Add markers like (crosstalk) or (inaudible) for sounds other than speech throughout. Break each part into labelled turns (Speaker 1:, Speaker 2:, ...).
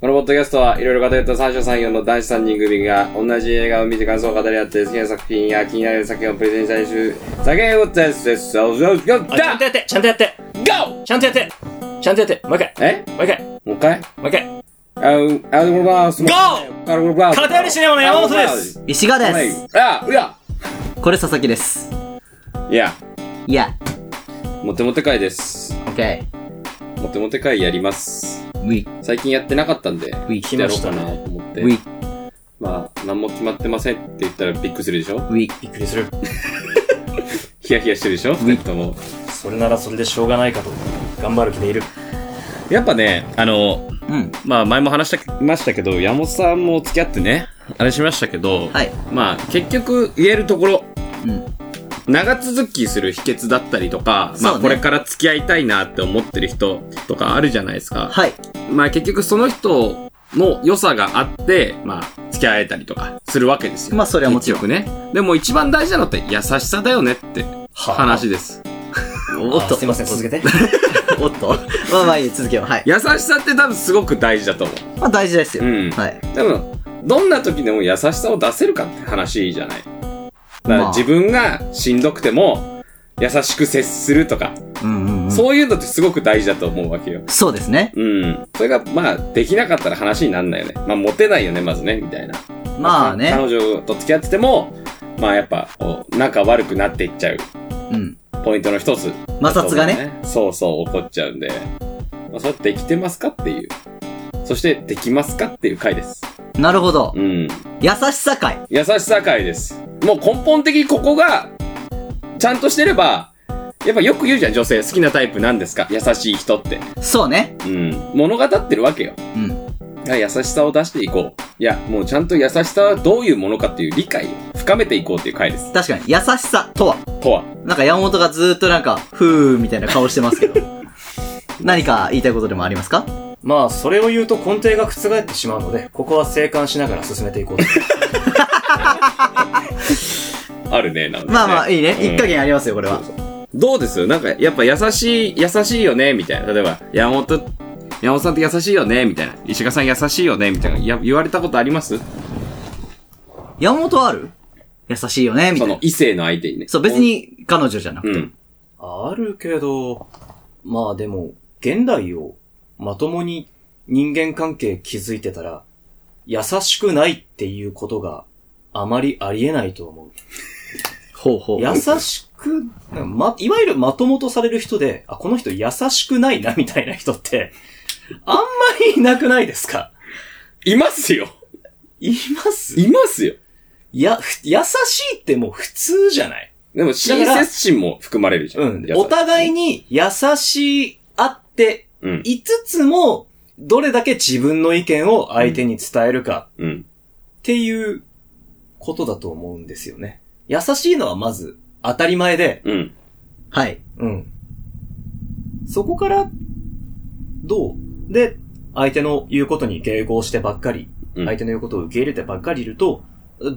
Speaker 1: このポッドキャストはいろいろ語り合った三者三様の男子三人組が同じ映画を見て感想を語り合って好きな作品や気になる作品をプレゼンしたりする酒をテステスそうそうそう
Speaker 2: おいちゃんと
Speaker 1: だ
Speaker 2: やってちゃんとやって
Speaker 1: ゴ
Speaker 2: ちゃんとやってちゃんとやってもう一
Speaker 1: ー
Speaker 2: 回
Speaker 1: え
Speaker 2: もう一回
Speaker 1: もう一回
Speaker 2: もう一回
Speaker 1: あう、あう、ゴー
Speaker 2: ゴ
Speaker 1: カルゴルバース
Speaker 2: 片寄りシネマの山本です
Speaker 3: 石川です。
Speaker 1: あ、うや
Speaker 3: これ佐々木です。
Speaker 1: いや、
Speaker 3: いや、
Speaker 1: モテモテ会です。
Speaker 3: オッケ
Speaker 1: モテモテ会やります。
Speaker 3: ー。ウィ、
Speaker 1: 最近やってなかったんで、
Speaker 3: ウィ、
Speaker 1: 来やろうかなと思って
Speaker 3: ウ。ィ、
Speaker 1: まあ、何も決まってませんって言ったらびっくりするでしょ
Speaker 3: ウィ、
Speaker 2: びっくりする
Speaker 1: ヒヤヒヤしてるでしょ
Speaker 3: ん
Speaker 1: 二人とも。
Speaker 2: それならそれでしょうがないかと頑張る気でいる
Speaker 1: やっぱね、あの、
Speaker 3: うん。
Speaker 1: まあ前も話しましたけど、山本さんも付き合ってね、あれしましたけど、
Speaker 3: はい。
Speaker 1: まあ結局言えるところ、
Speaker 3: うん。
Speaker 1: 長続きする秘訣だったりとか、ま
Speaker 3: そ
Speaker 1: あ
Speaker 3: うね
Speaker 1: これから付き合いたいなって思ってる人とかあるじゃないですか。
Speaker 3: はい。
Speaker 1: まあ結局その人の良さがあって、まあ付き合えたりとかするわけですよ。
Speaker 3: まあそれはもちろん
Speaker 1: 結局ね。でも一番大事なのって優しさだよねって話です。(laughs)
Speaker 3: おっ
Speaker 2: あ
Speaker 3: と
Speaker 2: すい。ません続けて
Speaker 3: (laughs) おっと。まあまあいい、続けよう。はい。
Speaker 1: 優しさって多分すごく大事だと思
Speaker 3: まあ大事ですよ。
Speaker 1: う。うん。
Speaker 3: はい。
Speaker 1: でも、どんな時でも優しさを出せるかって話じゃない。だから
Speaker 3: まあ
Speaker 1: 自分がしんどくても、優しく接するとか、
Speaker 3: うんうんうん。そう
Speaker 1: そういうのってすごく大事だと思うわけよ。
Speaker 3: ですね。
Speaker 1: うん。それが、まあ、できなかったら話になんないよね。まあ、モテないよね、まずね、みたいな。
Speaker 3: まあ
Speaker 1: 彼
Speaker 3: ね。
Speaker 1: 女と付き合ってても、まあ、やっぱ、こう、仲悪くなっていっちゃう
Speaker 3: うん。
Speaker 1: ポイントの一つ。
Speaker 3: 摩擦がね。
Speaker 1: そうそう、起こっちゃうんで。まあ、それできてますかっていう。そして、できますかっていう回です。
Speaker 3: なるほど。
Speaker 1: うん。
Speaker 3: 優しさ会。
Speaker 1: 優しさ会です。もう根本的にここが、ちゃんとしてれば、やっぱよく言うじゃん、女性。好きなタイプなんですか優しい人って。
Speaker 3: そうね。
Speaker 1: うん。物語ってるわけよ。
Speaker 3: うん。
Speaker 1: だから優しさを出していこう。いや、もうちゃんと優しさはどういうものかっていう理解を深めていこうっていう回です。
Speaker 3: 確かに、優しさとは。
Speaker 1: とは。
Speaker 3: なんか山本がずーっとなんか、ふーみたいな顔してますけど。何か言いたいことでもありますか
Speaker 2: まあそれを言うと根底が覆ってしまうのでここは静観しながら進めていこう (laughs) と
Speaker 1: あるね、なんか、ね。
Speaker 3: まあまあいいね。
Speaker 1: うん
Speaker 3: 一加減ありますよ、これは。
Speaker 1: どうですなんか、やっぱ優しい、優しいよねみたいな。例えば、山本、山本さんって優しいよねみたいな。石川さん優しいよねみたいな。や言われたことあります
Speaker 3: 山本ある優しいよねみた
Speaker 1: そ
Speaker 3: いな
Speaker 1: の。異性の相手にね。
Speaker 3: そう、別。に彼女じゃなく
Speaker 1: う
Speaker 3: て。
Speaker 1: ん。
Speaker 2: あるけどまあでも現代をまともに人間関係築いてたら優しくないっていうことがあまりありえないと思う
Speaker 3: ほうほ
Speaker 2: 優しく、ま、いわゆるまともとされる人で、あ、この人優しくない (laughs) な、みたいな人って、あんまりいなくないですか
Speaker 1: いますよ
Speaker 2: います
Speaker 1: いますよ
Speaker 2: いや、ふ優しいってもう普通じゃない
Speaker 1: でも、親切心も含まれるじゃ。
Speaker 2: うんん。お互い
Speaker 1: に。
Speaker 2: に優しあって
Speaker 1: うん。
Speaker 2: いつつも、どれだけ自分の意見を相手に伝えるか
Speaker 1: うん。
Speaker 2: っていうことだと思うんですよね。優しいのはまず当たり前で、
Speaker 1: うん。
Speaker 3: はい。
Speaker 2: うん。そこから、どうで、相手の言うことに迎合してばっかり、
Speaker 1: うん
Speaker 2: 相手の言うことを受け入れてばっかりいると、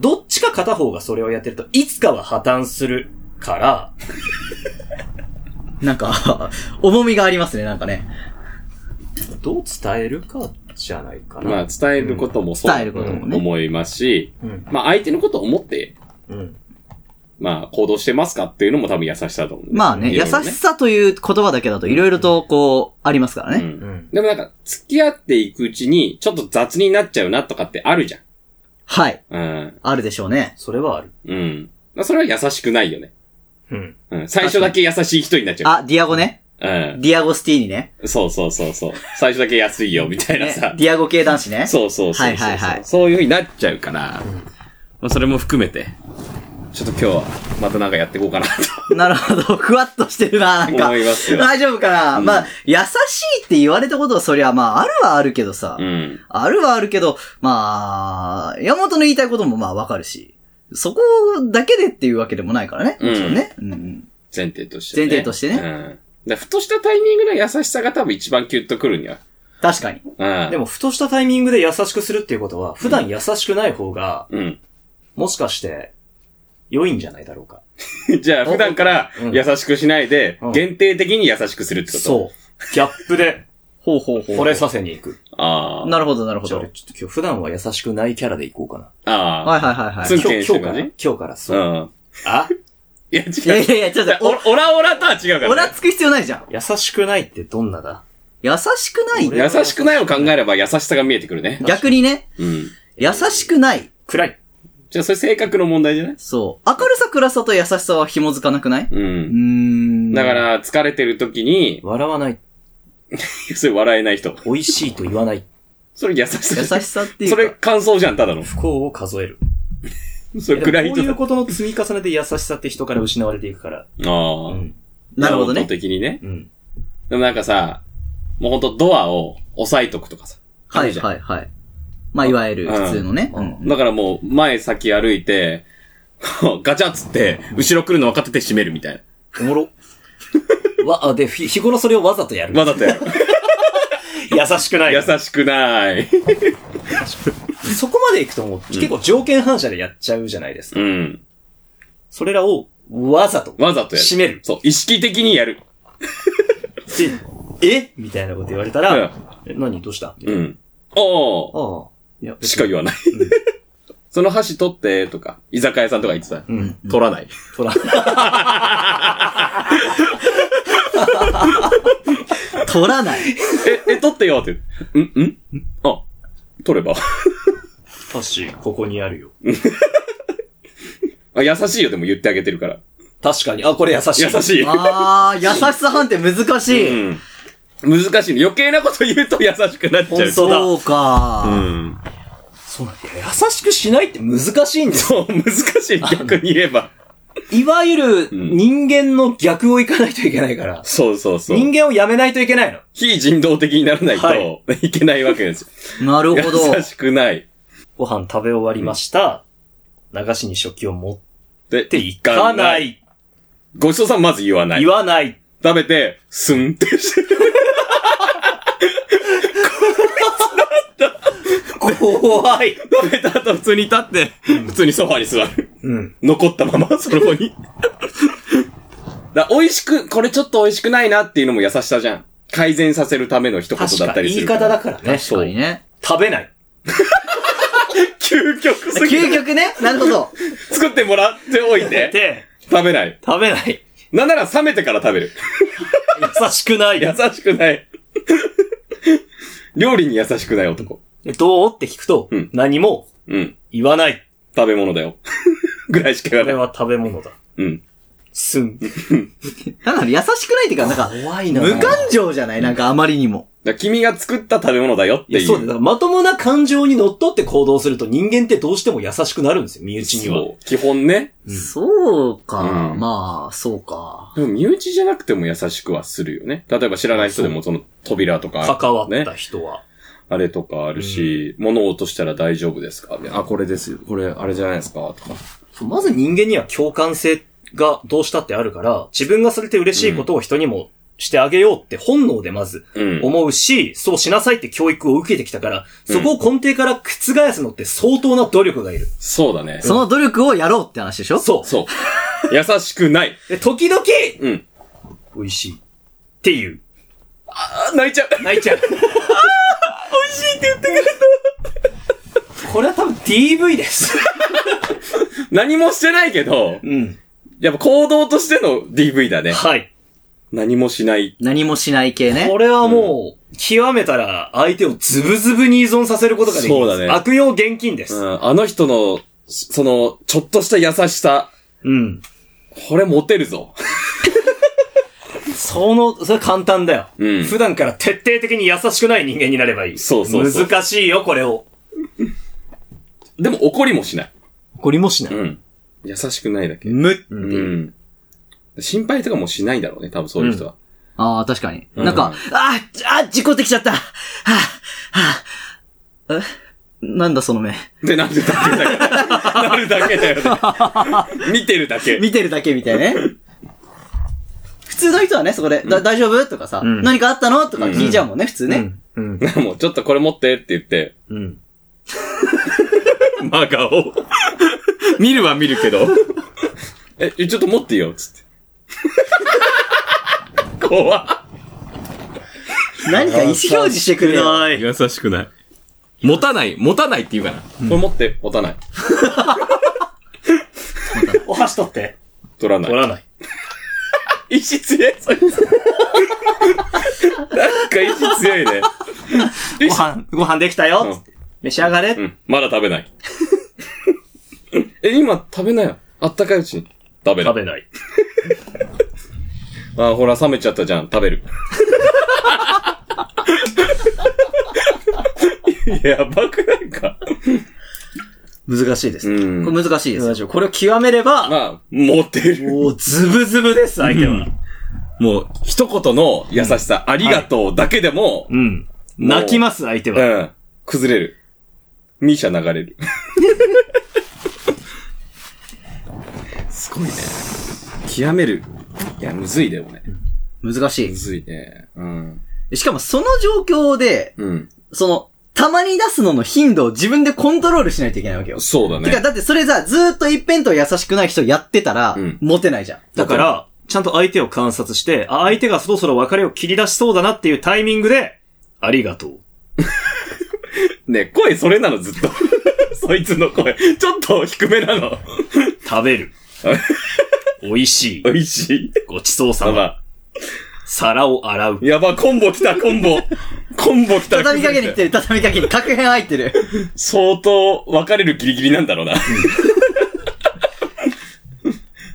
Speaker 2: どっちか片方がそれをやってると、いつかは破綻するから、
Speaker 3: なんか、 (laughs) 重みがありますね、なんかね。
Speaker 2: どう伝えるかじゃないかな。
Speaker 1: まあ、伝えることもそう。
Speaker 3: 伝えることもね。
Speaker 1: 思いますし、
Speaker 2: うん。
Speaker 1: まあ、相手のことを思って、
Speaker 2: うん。
Speaker 1: まあ、行動してますかっていうのも多分優しさだと思う。
Speaker 3: まあね、
Speaker 1: い
Speaker 3: 優
Speaker 1: ろいろ
Speaker 3: しさという言葉だけだと、いろいろとこう、ありますから
Speaker 1: う。
Speaker 3: ね。
Speaker 2: うんん。
Speaker 1: でもなんか、付き合っていくうちに、ちょっと雑になっちゃうなとかってあるじゃ
Speaker 3: はい。
Speaker 1: ん。うん。
Speaker 3: あるでしょうね。
Speaker 2: それはある。
Speaker 1: うん。まあ、それは優しくないよね。
Speaker 2: うん。
Speaker 1: うん。最初だけ優しい人になっちゃう。
Speaker 3: あ、ディアゴね。
Speaker 1: うん。
Speaker 3: ディアゴスティーニね。
Speaker 1: そうそうそうそう。最初だけ安いよ、みたいな
Speaker 3: ね
Speaker 1: さ。
Speaker 3: ディアゴ系男子ね。
Speaker 1: そうそうそうそう。
Speaker 3: はいはいはい
Speaker 1: そういう風になっちゃうから、まあそれも含めて、ちょっと今日はまたなんかやっていこうかなと
Speaker 3: なるほど。ふわっとしてるな、なんか
Speaker 1: 思。いますよ。
Speaker 3: 大丈夫かな、
Speaker 1: うん
Speaker 3: まあ、優しいって言われたことはそりゃ、まあ、あるはあるけどさ。
Speaker 1: うん。
Speaker 3: あるはあるけど、まあ、山本の言いたいこともまあわかるし、そこだけでっていうわけでもないからね。
Speaker 1: うん
Speaker 3: もちろんね。うんうん。
Speaker 1: 前提としてね。
Speaker 3: 前提としてね
Speaker 1: うん。だからふとしたタイミングの優しさが多分一番キュッとくるには。
Speaker 3: 確かに。
Speaker 1: うん。
Speaker 2: で
Speaker 1: も、
Speaker 2: も、ふとしたタイミングで優しくするっていうことは、普段優しくない方が、
Speaker 1: うん。 (laughs)
Speaker 2: もしかして、良いんじゃないだろうか。
Speaker 1: じゃあ普段から優しくしないで
Speaker 2: う、ん
Speaker 1: 限定的に優しくするってこと。
Speaker 2: そう。ギャップで、
Speaker 3: ほうほうほ
Speaker 2: 惚れさせに行く。
Speaker 1: ああ。
Speaker 3: なるほど、なるほ
Speaker 2: じゃあ
Speaker 3: ど。
Speaker 2: 俺ちょっと今日普段は優しくないキャラでいこうかな。
Speaker 1: あ
Speaker 3: は
Speaker 1: あ。
Speaker 3: いはいはいはい。
Speaker 1: つ
Speaker 2: 今
Speaker 1: けん
Speaker 2: 日、
Speaker 1: してる
Speaker 2: 今日か
Speaker 1: 感
Speaker 2: ら。
Speaker 1: じ
Speaker 2: 今日から、そうう。
Speaker 1: ん。
Speaker 2: あ
Speaker 1: いや、
Speaker 3: いや
Speaker 1: 違。
Speaker 3: いうやいや、ちょっと、
Speaker 1: おオラオラとは違うか
Speaker 3: お
Speaker 1: ら
Speaker 3: ら
Speaker 1: ね。
Speaker 3: つく必要ないじゃん。
Speaker 2: 優しくないってどんなだ
Speaker 3: 優しくない
Speaker 2: 俺
Speaker 1: 優しくないを考えれば優しさが見えてくるね。
Speaker 3: 逆にね、
Speaker 1: うん。
Speaker 3: 優しくない。
Speaker 2: 暗い。
Speaker 1: じゃあ、それ性格の問題じゃない。
Speaker 3: そう。明るさ、暗さと優しさは紐づかなくないううんん。
Speaker 1: だか、ら、疲れてる時に、
Speaker 2: 笑わない。
Speaker 1: それ笑えない人。
Speaker 2: 美味しいと言わない。
Speaker 1: それ優し
Speaker 3: 優
Speaker 1: さ。
Speaker 3: しさっていうか。
Speaker 1: それ感想じゃん、ただの。
Speaker 2: 不幸を数える。
Speaker 1: それ暗い
Speaker 2: こういう
Speaker 1: 人。
Speaker 2: ことの積み重ねで優しさって人から失われていくから。
Speaker 1: あ
Speaker 2: う
Speaker 1: あ。
Speaker 2: ん。
Speaker 3: なるほど
Speaker 1: 根本
Speaker 3: ね。
Speaker 1: 的にね。
Speaker 2: うん。
Speaker 1: でもなんかさ、もうほんとドアを押さえとくとかさ。
Speaker 3: は
Speaker 1: ある
Speaker 3: い
Speaker 1: じゃん
Speaker 3: はいはい。まあ、いわゆる普通のね。うん
Speaker 1: だからもう、前先歩いて、こうガチャっつって、後ろ来るの分かってて閉めるみたい
Speaker 2: おもろ。わ、あ、で、ひ日頃それをわざとやる。
Speaker 1: な。わざとやる。
Speaker 2: 優しくない。
Speaker 1: 優しくない。
Speaker 2: そこまでいくともう、結構条件反射でやっちゃうじゃないですか。
Speaker 1: うん。
Speaker 2: それらを、わざと。
Speaker 1: わざとやる。
Speaker 2: 閉める
Speaker 1: そう。意識的にやる。
Speaker 2: ええみたいなこと言われたら、え何どうしたって
Speaker 1: う
Speaker 2: 言
Speaker 1: ん。おー
Speaker 2: ああ。いや、
Speaker 1: しか言わない。その箸取って、とか、居酒屋さんとか言ってた。
Speaker 2: うん。
Speaker 1: 取らない。
Speaker 2: 取ら、
Speaker 3: 取
Speaker 1: (laughs)
Speaker 3: らない。
Speaker 1: え、え、取ってよって。んんあ、取れば。
Speaker 2: 箸、ここにあるよ。
Speaker 1: あ優しいよ、でも言ってあげてるから。
Speaker 2: 確かに。あ、これ優しい。
Speaker 1: 優しい。
Speaker 3: あー、優しさ判定難しい。
Speaker 1: うん。難しいの。余計なこと言うと優しくなっちゃう。
Speaker 2: そうだ
Speaker 3: そうか、
Speaker 1: うん。
Speaker 2: そうなんだよ。優しくしないって難しいんです
Speaker 1: そう、難しい。逆に言えば。
Speaker 2: いわゆる、
Speaker 1: うん
Speaker 2: 人間の逆をいかないといけないから。
Speaker 1: そうそうそう。
Speaker 2: 人間をやめないといけないの。
Speaker 1: 非人道的にならないと、、
Speaker 2: はい
Speaker 1: けないわけですよ。
Speaker 3: なるほど。
Speaker 1: 優しくない。
Speaker 2: ご飯食べ終わりました。流しに食器を持っ
Speaker 1: で、
Speaker 2: ていかな。い。
Speaker 1: ごちそうさんまず言わない
Speaker 2: 言。わない。
Speaker 1: 食べて、スンってして
Speaker 2: (laughs)
Speaker 1: る。
Speaker 2: 怖い。
Speaker 1: 食べた後普通に立って、普通にソファに座る。
Speaker 2: うん。
Speaker 1: 残ったまま、そこに。だ美味しく、これちょっと美味しくないなっていうのも優しさじゃん。改善させるための一言
Speaker 2: 確
Speaker 1: だっ
Speaker 2: か
Speaker 1: た
Speaker 2: に
Speaker 1: りす
Speaker 2: 言
Speaker 1: る
Speaker 2: い
Speaker 1: から。
Speaker 2: 方だからね。
Speaker 3: 確かにね。
Speaker 2: 食べない。
Speaker 1: 究極
Speaker 2: (laughs)
Speaker 1: すぎる
Speaker 3: 究極ね。なるほ
Speaker 1: (laughs)
Speaker 3: ど。
Speaker 1: 作ってもらっておいて、
Speaker 2: (laughs) で、
Speaker 1: 食べない。
Speaker 2: 食べない。
Speaker 1: なんなら冷めてから食べる。
Speaker 2: 優しくない。
Speaker 1: 優しくない。料理に優しくない男。
Speaker 2: どうって聞くと、
Speaker 1: うん
Speaker 2: 何も
Speaker 1: うん。
Speaker 2: 言わない。
Speaker 1: 食べ物だよ。ぐらいしか
Speaker 2: こ
Speaker 1: 言わ
Speaker 2: れ
Speaker 1: ない。
Speaker 2: は食べ物だ。
Speaker 1: うん。
Speaker 2: すん。
Speaker 3: なんだろう、優しくないっていうか、なんか、
Speaker 2: 怖い
Speaker 3: 無感情じゃないなんかあまりにも。
Speaker 1: だから君が作った食べ物だよっ
Speaker 2: い
Speaker 1: てい
Speaker 2: や、
Speaker 1: う。
Speaker 2: そうだよ。だからまともな感情に則っって行動すると人間ってどうしても優しくなるんですよ、身内には。
Speaker 1: そう基本ね。
Speaker 2: うん
Speaker 3: そうか、
Speaker 1: うん
Speaker 3: まあ、そうか。
Speaker 1: でも身内じゃなくても優しくはするよね。例えば知らない人でもその扉とか、
Speaker 2: 関わっ
Speaker 1: ね
Speaker 2: た。人は。
Speaker 1: あれとかあるし、物を落としたら大丈夫ですかみたいなあ、これですよ。これ、あれじゃないですかとか。
Speaker 2: そうまず人間には共感性がどうしたってあるから、自分がされて嬉しいことを人にもしてあげようって本能でまず
Speaker 1: うん。
Speaker 2: 思うし、そうしなさいって教育を受けてきたから、そこを根底から覆すのって相当な努力がいる。
Speaker 1: そうだね。
Speaker 3: その努力をやろうって話でしょ
Speaker 2: そ
Speaker 1: そう。優しくない。
Speaker 2: う。で、時々、
Speaker 1: うん。
Speaker 2: 美味しい。っていう。
Speaker 1: あ、泣いちゃう。 (laughs)
Speaker 2: 泣いちゃう。美味しいって言ってくれた。これは多分 DV です。
Speaker 1: 何もしてないけど、
Speaker 2: うん。
Speaker 1: やっぱ行動としての DV だね。
Speaker 2: (laughs) はい。
Speaker 1: 何もしない。
Speaker 3: 何もしない系ね
Speaker 2: こ。れはもう、極めたら相手をズブズブに依存させることができる。
Speaker 1: そうだね
Speaker 2: 悪用現金で
Speaker 1: う
Speaker 2: す。
Speaker 1: ん。あの人の、その、ちょっとした優しさ、
Speaker 2: うん。
Speaker 1: これモテるぞ。
Speaker 2: その、それ簡単だよ。
Speaker 1: うん
Speaker 2: 普段から徹底的に優しくない人間になればいい。
Speaker 1: そうそうそう
Speaker 2: 難しいよ、これを。
Speaker 1: でも怒りもしない。
Speaker 2: 怒りもしな
Speaker 1: う。ん。優しくないだけ。
Speaker 2: 無
Speaker 1: う
Speaker 2: っていう。
Speaker 1: ん。心配とかもしないだろうね、多分そういう人は。
Speaker 3: ああ、確かに。
Speaker 1: うん
Speaker 3: なんか、あーあー、事故ってきちゃったはあ、はあ、え、なんだその目。
Speaker 1: で、なるだけだよ。なるだけだ
Speaker 4: (laughs)
Speaker 1: よね。見てるだけ。
Speaker 3: 見てるだけみたいね。 (laughs) 普通の人はね、そこで、だ大丈夫とかさ、
Speaker 2: うん
Speaker 3: 何かあったのとか聞いちゃうもんね、普通ね。
Speaker 2: うん。
Speaker 1: もう、ちょっとこれ持ってって言って、
Speaker 2: うん。
Speaker 1: マーカーを。見るは見るけど。え、ちょっと持っ
Speaker 4: (laughs)
Speaker 1: ていいよ、つって。怖っ
Speaker 3: 何か意思表示してくれよ。
Speaker 2: ない。
Speaker 4: 優しくない。持たない、持たないって言うから。
Speaker 1: れ持って、持たない。
Speaker 2: お箸取って。
Speaker 1: 取らない。
Speaker 2: 取らない。
Speaker 4: (laughs)
Speaker 1: 石強い、そいつ。なんか石強いね。
Speaker 2: ご飯、ご飯できたよ、
Speaker 1: うん
Speaker 2: 召し上がれ、
Speaker 1: うん。まだ食べない。 (laughs) え、今食べなよ。あったかいうちに。食べない。
Speaker 2: 食べない。
Speaker 1: あ、ほら、冷めちゃったじゃん。食べる。 (laughs) やばくないか。
Speaker 3: 難しいです。
Speaker 1: うん
Speaker 3: これ難しいです。
Speaker 2: これを極めれば、
Speaker 1: まあ、モテる。
Speaker 2: もうズブズブです、相手は。
Speaker 1: もう、一言の優しさ、ありがとうだけでも、
Speaker 2: うん。泣きます、相手
Speaker 1: う
Speaker 2: は。
Speaker 1: ん、崩れる。ミーシャ流れる。 (laughs) すごいね。極める。いや、むずいで、俺。
Speaker 3: 難し
Speaker 1: むずいね。うん。
Speaker 3: い。しかもその状況で、
Speaker 1: うん。
Speaker 3: その、たまに出すのの頻度を自分でコントロールしないといけないわけよ。
Speaker 1: そうだ
Speaker 3: てか、
Speaker 1: ね。
Speaker 3: だってそれさ、ずーっと一辺倒優しくない人やってたら
Speaker 1: うん、
Speaker 3: モテないじゃん。
Speaker 2: だから、ちゃんと相手を観察して、あ、相手がそろそろ別れを切り出しそうだなっていうタイミングで、ありがとう。
Speaker 1: ね、声それなの、ずっと。 (laughs) そいつの声。ちょっと低めなの。
Speaker 2: 食
Speaker 1: (laughs)
Speaker 2: べる。美味しい。
Speaker 1: 美味しい。
Speaker 2: ごちそうさ
Speaker 1: や
Speaker 2: ま。
Speaker 1: ば。
Speaker 2: 皿を洗う。
Speaker 1: やば、コンボ来た、コンボ。コンボ来た。
Speaker 3: 畳みかけに来てる、畳みかけに、確変入ってる。
Speaker 1: 相当、分かれるギリギリなんだろうな。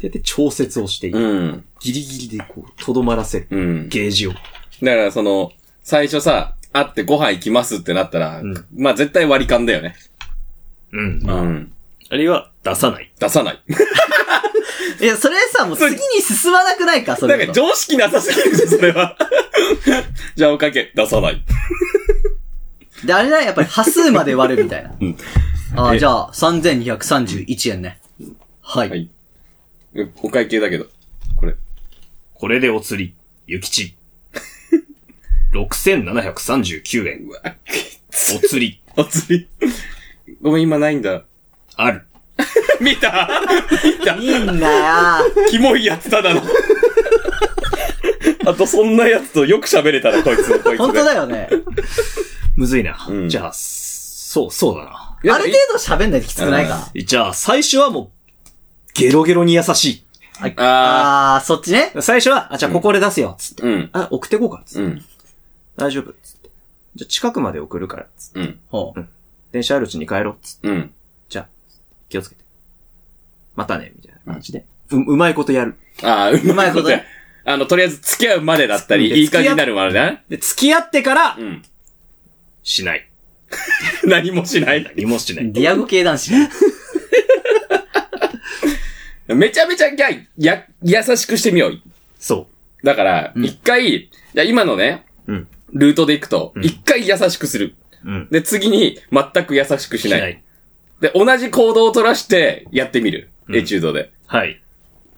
Speaker 2: で、調節をしていく。
Speaker 1: うん。
Speaker 2: ギリギリでこう、とどまらせる。
Speaker 1: うん。
Speaker 2: ゲージを。
Speaker 1: だから、その、最初さ、会ってご飯行きますってなったら、
Speaker 2: うん
Speaker 1: まあ絶対割り勘だよね。
Speaker 2: うん。
Speaker 1: うん。
Speaker 2: あるいは、出さない。
Speaker 1: 出さない。
Speaker 3: いや、それさ、もう次に進まなくないか、そ
Speaker 1: なん
Speaker 3: れ
Speaker 1: か
Speaker 3: だと。
Speaker 1: 常識なさすぎるじゃん、それは。じゃあおかけ、出さない。
Speaker 3: で、あれだ、やっぱり端数まで割るみたいな。あーじゃあ、3231円ね。は。
Speaker 1: はいい。お会計だけど。これ。
Speaker 2: これでお釣り。ゆ
Speaker 1: (laughs)
Speaker 2: きち。6739円。
Speaker 1: うわ、
Speaker 2: お釣り。
Speaker 1: お釣り。ごめん、今ないんだ。
Speaker 2: ある。
Speaker 1: 見た見た
Speaker 3: いいんだよ
Speaker 1: キモいやつだなの。あと、そんなやつとよく喋れたな、こいつ、こいつ。
Speaker 3: 本当だよね。
Speaker 2: むずいな。
Speaker 1: うん
Speaker 2: じゃあ、そう、そうだな。
Speaker 1: いや
Speaker 3: ある程度喋んないときつくないか。
Speaker 2: じゃあ、最初はもう、ゲロゲロに優し
Speaker 1: あ
Speaker 3: あー、そっちね。
Speaker 2: い。最初は、あ、じゃあここで出すよ、つって。
Speaker 1: うん。
Speaker 2: あ、送ってこうか、つって。
Speaker 1: うん。
Speaker 2: 大丈夫、つって。じゃあ近くまで送るから、つって。
Speaker 1: うん。
Speaker 3: ほう。
Speaker 2: 電車あるうちに帰ろう、つって。
Speaker 1: うん。
Speaker 2: じゃあ、気をつけて。またね、みたいな感じで。う、うまいことやる。
Speaker 1: ああ、うまいこと
Speaker 3: うまい
Speaker 1: や。あの、とりあえず付き合うまでだったり、
Speaker 2: うん
Speaker 1: いい感じになるまでね。
Speaker 2: で、付き合ってから
Speaker 1: う、ん。
Speaker 2: しない。
Speaker 1: 何もしない。
Speaker 2: 何もしない。
Speaker 3: ディアゴ系男子。
Speaker 1: めちゃめちゃ、じゃあや、優しくしてみよう。
Speaker 2: そ
Speaker 1: だから、一回、いや、今のね、
Speaker 2: う。うん。
Speaker 1: ルートで行くと、
Speaker 2: ん
Speaker 1: 一回優しくする。
Speaker 2: うん。
Speaker 1: で、次に、全く優しくしない。
Speaker 2: ない。
Speaker 1: で、同じ行動を取らして、やってみる。エチュードで。
Speaker 2: はい。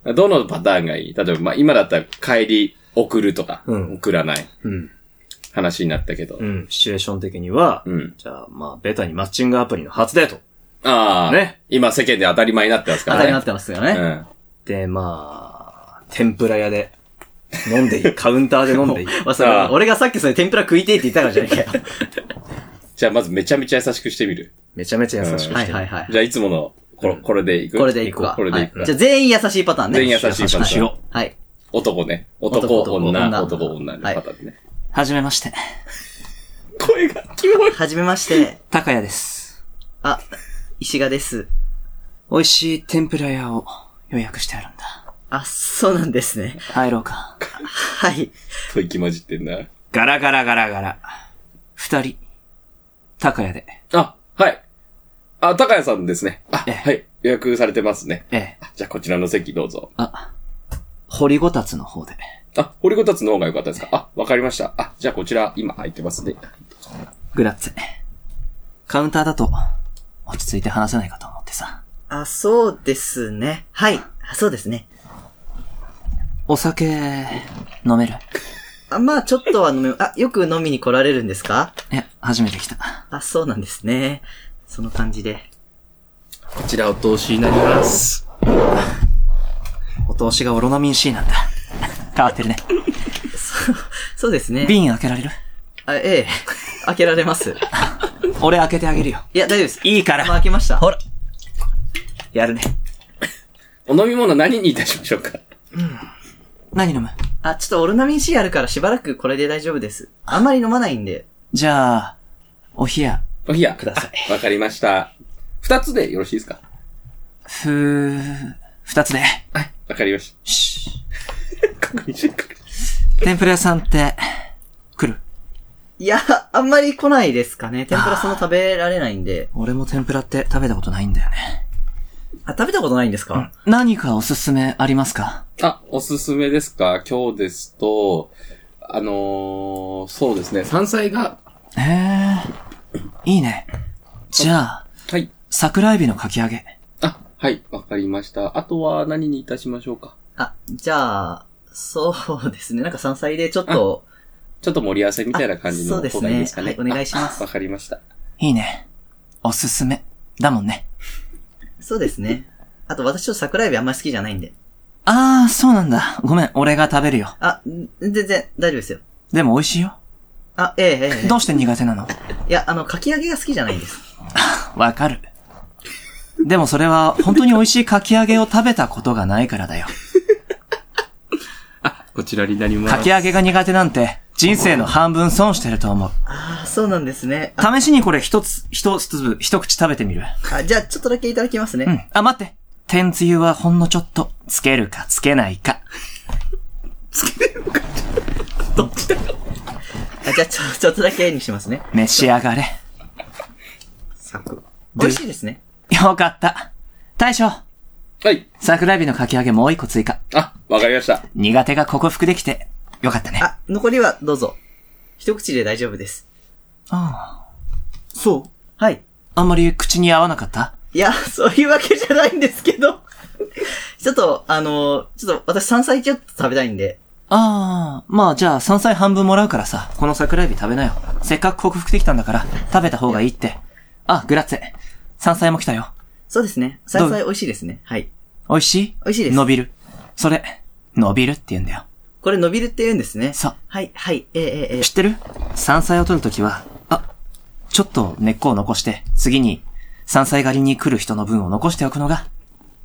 Speaker 1: どのパターンがいい例えば、まあ、今だったら、帰り、送るとか、
Speaker 2: うん
Speaker 1: 送らない
Speaker 2: うん。
Speaker 1: 話になったけど。
Speaker 2: うん。シチュエーション的には、
Speaker 1: うん
Speaker 2: じゃあ、まあ、ベタにマッチングアプリの初デート。
Speaker 1: ああ、
Speaker 2: ね
Speaker 1: 今世間で当たり前になってます
Speaker 3: 当
Speaker 1: から
Speaker 3: た
Speaker 1: ね。
Speaker 3: りになってますよね。
Speaker 2: で、まあ、天ぷら屋で、飲んでい (laughs) い。カウンターで飲んでいい。
Speaker 3: まあ、それ
Speaker 1: あー
Speaker 3: 俺がさっきそれ天ぷら食いてえって言ったからじゃねえ
Speaker 1: (laughs)
Speaker 3: か
Speaker 1: う
Speaker 3: よ。
Speaker 1: ん。じゃあ、まずめちゃめちゃ優しくしてみる。
Speaker 2: めちゃめちゃ優しくして。
Speaker 3: はいはいはい。
Speaker 1: じゃあ、いつもの、これ、これでいく
Speaker 3: これでいくわ。
Speaker 1: これでいく
Speaker 3: は
Speaker 1: わ
Speaker 3: いじゃあ全員優しいパターンね。
Speaker 1: 全員優しいパターン
Speaker 2: しよ
Speaker 3: はい。
Speaker 1: 男ね。男、
Speaker 3: 男
Speaker 1: 女、
Speaker 3: 女
Speaker 1: 男、女のパターンね。
Speaker 5: はじめまして。
Speaker 1: 声が、
Speaker 3: はじめまして。
Speaker 5: 高谷です。
Speaker 3: あ、石賀です。
Speaker 5: 美味しい天ぷら屋を予約してあるんだ。
Speaker 3: あ、そうなんですね。
Speaker 5: 入ろうか。
Speaker 3: はい。
Speaker 1: と息混じってんな。
Speaker 5: ガラガラガラガラ。二人。高谷で。
Speaker 1: あ、はい。あ、高谷さんですね。あ、
Speaker 5: ええ
Speaker 1: はい。予約されてますね。
Speaker 5: ええ。
Speaker 1: じゃあ、こちらの席どうぞ。
Speaker 5: あ、掘りごたつの方で。
Speaker 1: あ、掘りごたつの方が良かったですかあ、わかりました。あ、じゃあ、こちら、今空いてますね。
Speaker 5: グラッツェ。カウンターだと、落ち着いて話せないかと思ってさ。
Speaker 3: あ、そうですね。はい。あそうですね。
Speaker 5: お酒、飲める
Speaker 3: あ、まあちょっとあの、あ、よく飲みに来られるんですか
Speaker 5: いや、初めて来た。
Speaker 3: あ、そうなんですね。その感じで。
Speaker 4: こちらお通しになります。
Speaker 5: お通しがオロナミン C なんだ。変わってるね。
Speaker 3: そうですね。
Speaker 5: 瓶開けられる
Speaker 3: あ、ええ。開けられ
Speaker 5: (laughs)
Speaker 3: ます。
Speaker 5: 俺開けてあげるよ。
Speaker 3: いや、大丈夫です。
Speaker 5: いいか
Speaker 3: まあ
Speaker 5: ら。
Speaker 3: 開けました。
Speaker 5: ほら。やるね。
Speaker 1: お飲み物何にいたしましょうか (laughs)
Speaker 5: 何飲む
Speaker 3: あ、ちょっとオルナミン C あるからしばらくこれで大丈夫です。あんまり飲まないんで。
Speaker 5: じゃあ、お冷や、
Speaker 1: お冷や。く
Speaker 5: ださい
Speaker 1: わかりました。二つでよろしいですか
Speaker 5: ふー、二つで。
Speaker 1: わかりまし
Speaker 5: シュ
Speaker 1: た。確認して確認して
Speaker 5: 天ぷら屋さんって、来る
Speaker 3: いや、あんまり来ないですかね。天ぷらそんな食べられないんで。
Speaker 5: 俺も天ぷらって食べたことないんだよね。
Speaker 3: あ、食べたことないんですか、
Speaker 5: 何かおすすめありますか
Speaker 1: (laughs) あ、おすすめですか今日ですと、あのー、そうですね、山菜が、
Speaker 5: へえ、いいね。じゃあ、
Speaker 1: はい。
Speaker 5: 桜エビのかき揚げ。
Speaker 1: あ、はい、わかりました。あとは何にいたしましょうか
Speaker 3: あ、じゃあ、そうですね。なんか山菜でちょっと、
Speaker 1: ちょっと盛り合わせみたいな感じの
Speaker 3: あそうです
Speaker 1: 方
Speaker 3: ね
Speaker 1: がいいですかね。
Speaker 3: はいお願いします
Speaker 1: あわかりました。
Speaker 5: いいね。おすすめ。だもんね。
Speaker 3: そうですね。あと私ちょっと桜エビあんまり好きじゃないんで。
Speaker 5: あー、そうなんだ。ごめん、俺が食べるよ。
Speaker 3: あ、ん全然大丈夫ですよ。
Speaker 5: でも美味しいよ。
Speaker 3: あ、ええええ
Speaker 5: どうして苦手なの
Speaker 3: ええ。いや、あの、かき揚げが好きじゃないんです。
Speaker 5: わかる。でもそれは本当に美味しいかき揚げを食べたことがないからだよ。
Speaker 4: こちらになります。
Speaker 5: かき揚げが苦手なんて人生の半分損してると思う。
Speaker 3: あ、そうなんですね。あ、
Speaker 5: 試しにこれ一つ、一粒、一口食べてみる。
Speaker 3: あじゃあちょっとだけいただきますね。
Speaker 5: うん。あ、待って。天つゆはほんのちょっと、つけるかつけないか。
Speaker 3: あじゃあちょちょっとだけにしますね。
Speaker 5: 召し上がれ。
Speaker 3: 美味しいですね。
Speaker 5: よかった。大将、
Speaker 1: はい。
Speaker 5: 桜エビのかき揚げもう一個追加。
Speaker 1: あ、わかりました。
Speaker 5: 苦手が克服できて、よかったね。
Speaker 3: あ、残りはどうぞ。一口で大丈夫です。
Speaker 5: あ
Speaker 3: そうはい。
Speaker 5: あんまり口に合わなかった
Speaker 3: いや、そういうわけじゃないんですけど。ちょっと、あの、ちょっと私山菜ちょっと食べたいんで。
Speaker 5: ああ、まあじゃあ山菜半分もらうからさ、この桜エビ食べなよ。せっかく克服できたんだから、食べた方がいいって。あ、グラッツェ。山菜も来たよ。
Speaker 3: そうですね。山菜美味しいですね。はい。
Speaker 5: 美味しい
Speaker 3: 美味しいです
Speaker 5: 伸びる。それ、伸びるって言うんだよ。
Speaker 3: これ伸びるって言うんですね。
Speaker 5: そう。
Speaker 3: はい、はい、えええええ
Speaker 5: 知ってる山菜を取るときは、あ、ちょっと根っこを残して、次に山菜狩りに来る人の分を残しておくのが、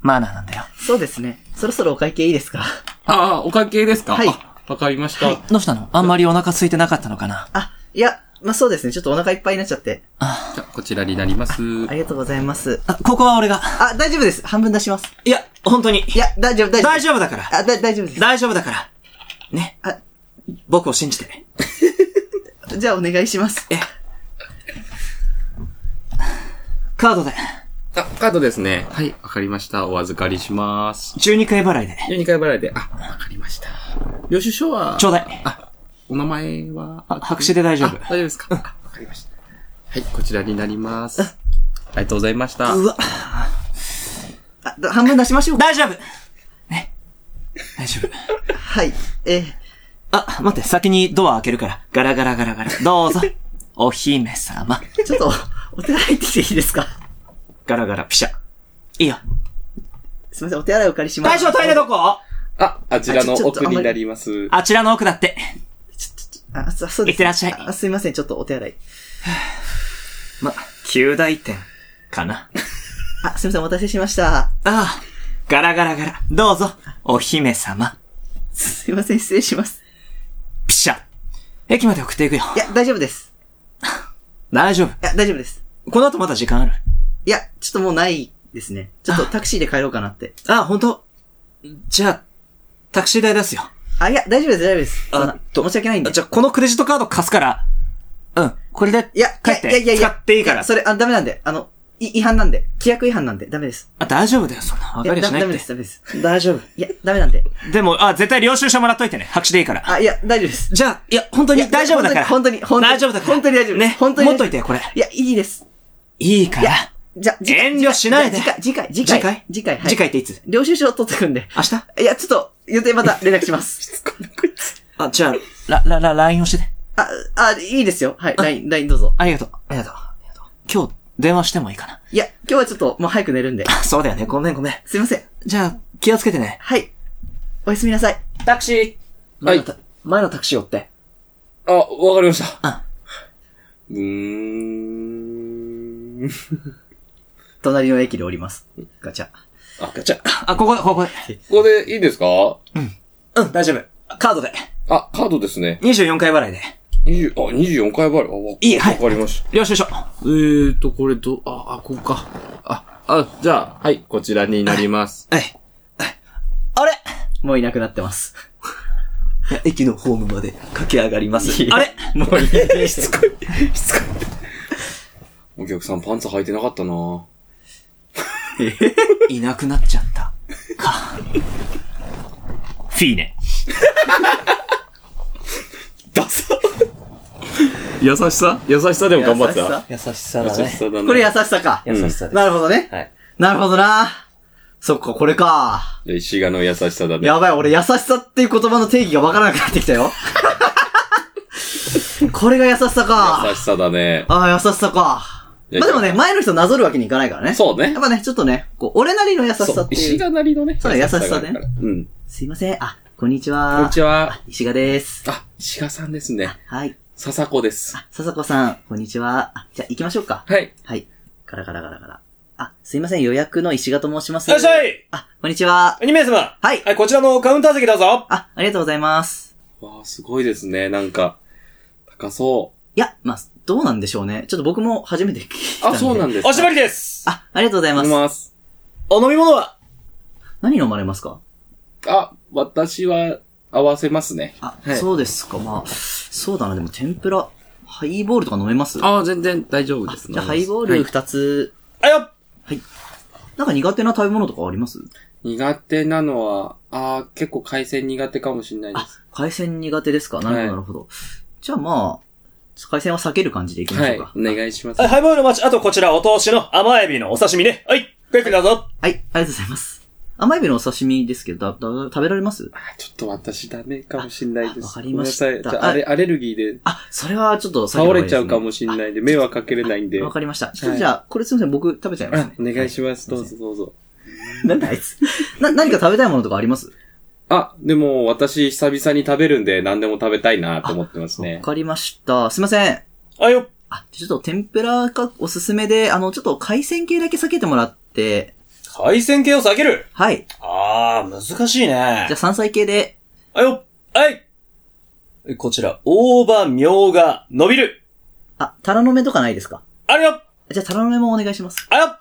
Speaker 5: マナーなんだよ。
Speaker 3: えそうですね。そろそろお会計いいですか
Speaker 4: ああ、お会計ですか
Speaker 3: はい
Speaker 4: あわかりました。
Speaker 5: どうしたのあんまりお腹空いてなかったのかな
Speaker 3: あ、いや、まあ、そうですね。ちょっとお腹いっぱいになっちゃって。
Speaker 4: じゃあこちらになります。
Speaker 3: ありがとうございます。
Speaker 5: あ、ここは俺が。
Speaker 3: あ、大丈夫です。半分出します。
Speaker 5: いや、本当に。
Speaker 3: いや、大丈夫、大丈夫。
Speaker 5: 大丈夫だから。
Speaker 3: あ、だ、大丈夫です。
Speaker 5: 大丈夫だから。ね
Speaker 3: あ。
Speaker 5: 僕を信じて。
Speaker 3: じゃあお願いします。え、
Speaker 5: カードで、
Speaker 4: あ、カードですね。はい、わかりました。お預かりします。
Speaker 5: 12回払いで。
Speaker 4: 12回払いで。あ、わかりました。領収書は
Speaker 5: ちょうだい。
Speaker 4: お名前は
Speaker 5: あ白紙で大丈夫
Speaker 4: あ大丈夫ですかあわかりました。はい、こちらになります。ありがとうございました。
Speaker 5: うわ、
Speaker 3: あ、だ半分出しましょう。
Speaker 5: 大丈夫ね。大丈夫。
Speaker 3: はい。え
Speaker 5: あ、待って、先にドア開けるから。ガラガラガラガラ。どうぞ。お姫様。
Speaker 3: えちょっと、お手洗い行ってきていいですか
Speaker 5: ガラガラ、ピシャ。いいよ。
Speaker 3: すみません、お手洗いお借りします。
Speaker 5: 大将トイレどこ
Speaker 1: あ、あちらの
Speaker 3: あちょちょっと
Speaker 1: 奥になります。
Speaker 5: あちらの奥だって。
Speaker 3: あ、そそうです、
Speaker 5: いってらっしゃい
Speaker 3: あ、すみません、ちょっとお手洗い。
Speaker 5: ま、旧大店、かな。
Speaker 3: あ、すみません、お待たせしました。
Speaker 5: ああ、ガラガラガラ。どうぞ。お姫様。
Speaker 3: すみません、失礼します。
Speaker 5: ピシャ。駅まで送っていくよ。
Speaker 3: いや、大丈夫です。
Speaker 5: 大丈夫。
Speaker 3: いや、大丈夫です。
Speaker 5: この後まだ時間ある。
Speaker 3: いや、ちょっともうないですね。ちょっとタクシーで帰ろうかなって。
Speaker 5: あ、本当。じゃあ、タクシー代出すよ。
Speaker 3: あ、いや、大丈夫です、大丈夫です。
Speaker 5: あ
Speaker 3: そんな
Speaker 5: と
Speaker 3: 申し訳ないんで。
Speaker 5: じゃあ、このクレジットカード貸すから。うん。これで、
Speaker 3: いや、
Speaker 5: 帰って。
Speaker 3: いやいやいや
Speaker 5: 使っていいから。
Speaker 3: それ、あ、ダメなんで。あの、い違反なんで。規約違反なんで。ダメです。
Speaker 5: あ、大丈夫だよ、そんな。わかり
Speaker 3: い
Speaker 5: や
Speaker 3: や
Speaker 5: し
Speaker 3: だ
Speaker 5: ない
Speaker 3: ダ
Speaker 5: っ
Speaker 3: メで
Speaker 5: て
Speaker 3: す、。ダメです。
Speaker 5: 大丈夫。
Speaker 3: いや、ダメなんで。
Speaker 5: でも、あ、絶対領収書もらっといてね。白紙でいいから。
Speaker 3: あ、いや、大丈夫です。
Speaker 5: じゃあ、いや、本当
Speaker 3: いや
Speaker 5: に大丈夫だから。
Speaker 3: 本当に、本当に。
Speaker 5: 大丈夫だから。
Speaker 3: 本当に大丈夫。
Speaker 5: ね。
Speaker 3: 本当に。
Speaker 5: 持っといて、これ。
Speaker 3: いや、いいです。
Speaker 5: いいから。
Speaker 3: じゃ、次回
Speaker 5: 遠慮しないで
Speaker 3: じゃ次回、次回、
Speaker 5: 次回
Speaker 3: 次回、はい。
Speaker 5: 次回っていつ
Speaker 3: 領収書を取ってくんで。
Speaker 5: 明日
Speaker 3: いや、ちょっと、予定また連絡し
Speaker 5: (laughs)
Speaker 3: ます。
Speaker 5: あ、じゃあ、ら、ら、ら、LINE 押してて。
Speaker 3: あ、あ、いいですよ。はい、LINE、LINE どうぞ。
Speaker 5: ありがとう。ありがとう。ありがとう今日、電話してもいいかな。
Speaker 3: いや、今日はちょっと、もう早く寝るんで。
Speaker 5: あそうだよね。ごめんごめん。
Speaker 3: すいません。
Speaker 5: じゃあ、気をつけてね。
Speaker 3: はい。おやすみなさい。
Speaker 5: タクシー
Speaker 1: はい
Speaker 5: 前のタ前のタクシー追って。
Speaker 1: あ、わかりました。
Speaker 5: うん。
Speaker 1: うーん。
Speaker 3: 隣の駅で降ります。ガチャ。
Speaker 1: あ、ガチャ。こ
Speaker 5: あ、ここで、ここで。
Speaker 1: こでいいですか
Speaker 5: うん、大丈夫。カードで。
Speaker 1: あ、カードですね。
Speaker 5: 24回払いで。
Speaker 1: 20、あ、24回払い。あ、わ
Speaker 5: いいはい
Speaker 1: わかりまし
Speaker 5: 領収書。
Speaker 4: えーと、これど、あ、あ、ここか。あ、あ、じゃあ、はい、こちらになります。
Speaker 5: はい。あれ
Speaker 3: もういなくなってます。
Speaker 5: (laughs) 駅のホームまで駆け上がります
Speaker 3: いや
Speaker 5: あれ
Speaker 3: もういい。
Speaker 5: しつこい。しつこ
Speaker 1: た。お客さんパンツ履いてなかったない
Speaker 5: (laughs) 。いなくなっちゃった。か。フィーネ。
Speaker 1: ダサ
Speaker 4: 優しさ優しさでも頑張ってた。
Speaker 5: 優しさ
Speaker 1: 優
Speaker 5: だ
Speaker 1: し
Speaker 5: ね。
Speaker 1: さだね。
Speaker 3: これ優
Speaker 1: や。
Speaker 3: しさか。
Speaker 5: 優しさで
Speaker 3: なるほどね。
Speaker 5: はい。
Speaker 3: なるほどな。そっか、これか。
Speaker 1: 石賀の優しさだね。
Speaker 3: やばい、俺優しさっていう言葉の定義がわからなくなってきた
Speaker 5: (laughs)
Speaker 3: よ。これが優しさ
Speaker 1: 優
Speaker 3: か。
Speaker 1: しさだね。
Speaker 3: ああ、優しさか。
Speaker 1: いや
Speaker 3: まあでもね、前の人なぞるわけにいかないからね。
Speaker 1: そうね
Speaker 3: (laughs) やっぱね、ちょっとね、こう、俺なりの優しさ
Speaker 1: そう
Speaker 3: っ、てい
Speaker 1: 石
Speaker 3: う。
Speaker 1: 賀なりのね。
Speaker 3: そうね優しさね
Speaker 1: があるからうん。
Speaker 3: すいません。あ、こんにちは。
Speaker 1: こんにちは。
Speaker 3: 石賀です。
Speaker 1: あ、石賀さんですね。
Speaker 3: はい。
Speaker 1: 笹子です。
Speaker 3: あ、笹子さん、こんにちは。あ、じゃあ行きましょうか。
Speaker 1: はい。
Speaker 3: はい。ガラガラガラガラ。あ、すいません、予約の石賀と申します。
Speaker 2: いらっしゃい
Speaker 3: あ、こんにちは。
Speaker 2: !2 名様
Speaker 3: はい
Speaker 2: はい、こちらのカウンター席どうぞ
Speaker 3: あ、ありがとうございます。
Speaker 1: わあ、すごいですね。なんか、高そ。
Speaker 3: いや、まあ、どうなんでしょうね。ちょっと僕も初めて聞いうたん
Speaker 1: あ、
Speaker 3: で。
Speaker 1: そうなんですか。
Speaker 2: おしまりです
Speaker 3: あ、ありがとうござい
Speaker 1: お
Speaker 3: ま
Speaker 1: り
Speaker 3: す。
Speaker 1: ます。
Speaker 2: お飲み物は
Speaker 3: 何飲まれますか
Speaker 1: あ、私は、合わせますね。
Speaker 3: あ、
Speaker 4: はい
Speaker 3: そうですか。まあ、そうだな。でも天ぷら、ハイボールとか飲めます
Speaker 4: あ、全然大丈夫です。
Speaker 3: じゃあハイボール二つ、
Speaker 2: あよ
Speaker 3: なんか苦手な食べ物とかあります
Speaker 1: 苦手なのは、あー結構海鮮苦手かもしれないで
Speaker 3: あ
Speaker 1: す。、
Speaker 3: 海鮮苦手ですかなるほ
Speaker 1: はい
Speaker 3: ど、なるほど。じゃあまあ、海鮮は避ける感じでいきま
Speaker 1: は
Speaker 3: しょ
Speaker 1: い、
Speaker 3: う
Speaker 1: お
Speaker 3: か。
Speaker 1: 願いします
Speaker 2: はい、。ハイボールお待ち。あとこちらお通しの甘エビのお刺身ね。はい、ごゆっくりどうぞ
Speaker 3: はい、ありがとうございます。甘エビのお刺身ですけど、だ、だ、食べられます
Speaker 1: あちょっと私ダメかもしれないです。
Speaker 3: あわかりました
Speaker 1: ごめんなさいちょ。あれ、アレルギーで
Speaker 3: あ、それはちょっと避けた
Speaker 1: 倒
Speaker 3: 方がいい
Speaker 1: れ
Speaker 3: で
Speaker 1: ち
Speaker 3: す
Speaker 1: ゃ
Speaker 3: ね、
Speaker 1: うかもしれないんで、迷惑かけれないんで。
Speaker 3: わ
Speaker 1: あ
Speaker 3: かりました。ちょっとじゃあ、これすみません、僕食べちゃいます
Speaker 1: お
Speaker 3: ね。
Speaker 1: 願いします。どうぞどうぞ。
Speaker 3: なんだあいつ。な、何か食べたいものとかあります
Speaker 1: あ、でも私久々に食べるんで何でも食べたいなと思ってます
Speaker 3: わ
Speaker 1: ね。
Speaker 3: かりました。すいません。
Speaker 2: あよ
Speaker 3: あ、ちょっと天ぷらがおすすめで、あの、ちょっと海鮮系だけ避けてもらって、
Speaker 2: 海鮮系を避ける
Speaker 3: はい。じ
Speaker 2: あー、難しいね
Speaker 3: ゃあ。山菜系で、
Speaker 2: あよはいこちら、大葉、みょうが、伸びる
Speaker 3: あ、タラの芽とかないですか
Speaker 2: あるよ
Speaker 3: じゃあタラの芽もお願いします。
Speaker 2: あよ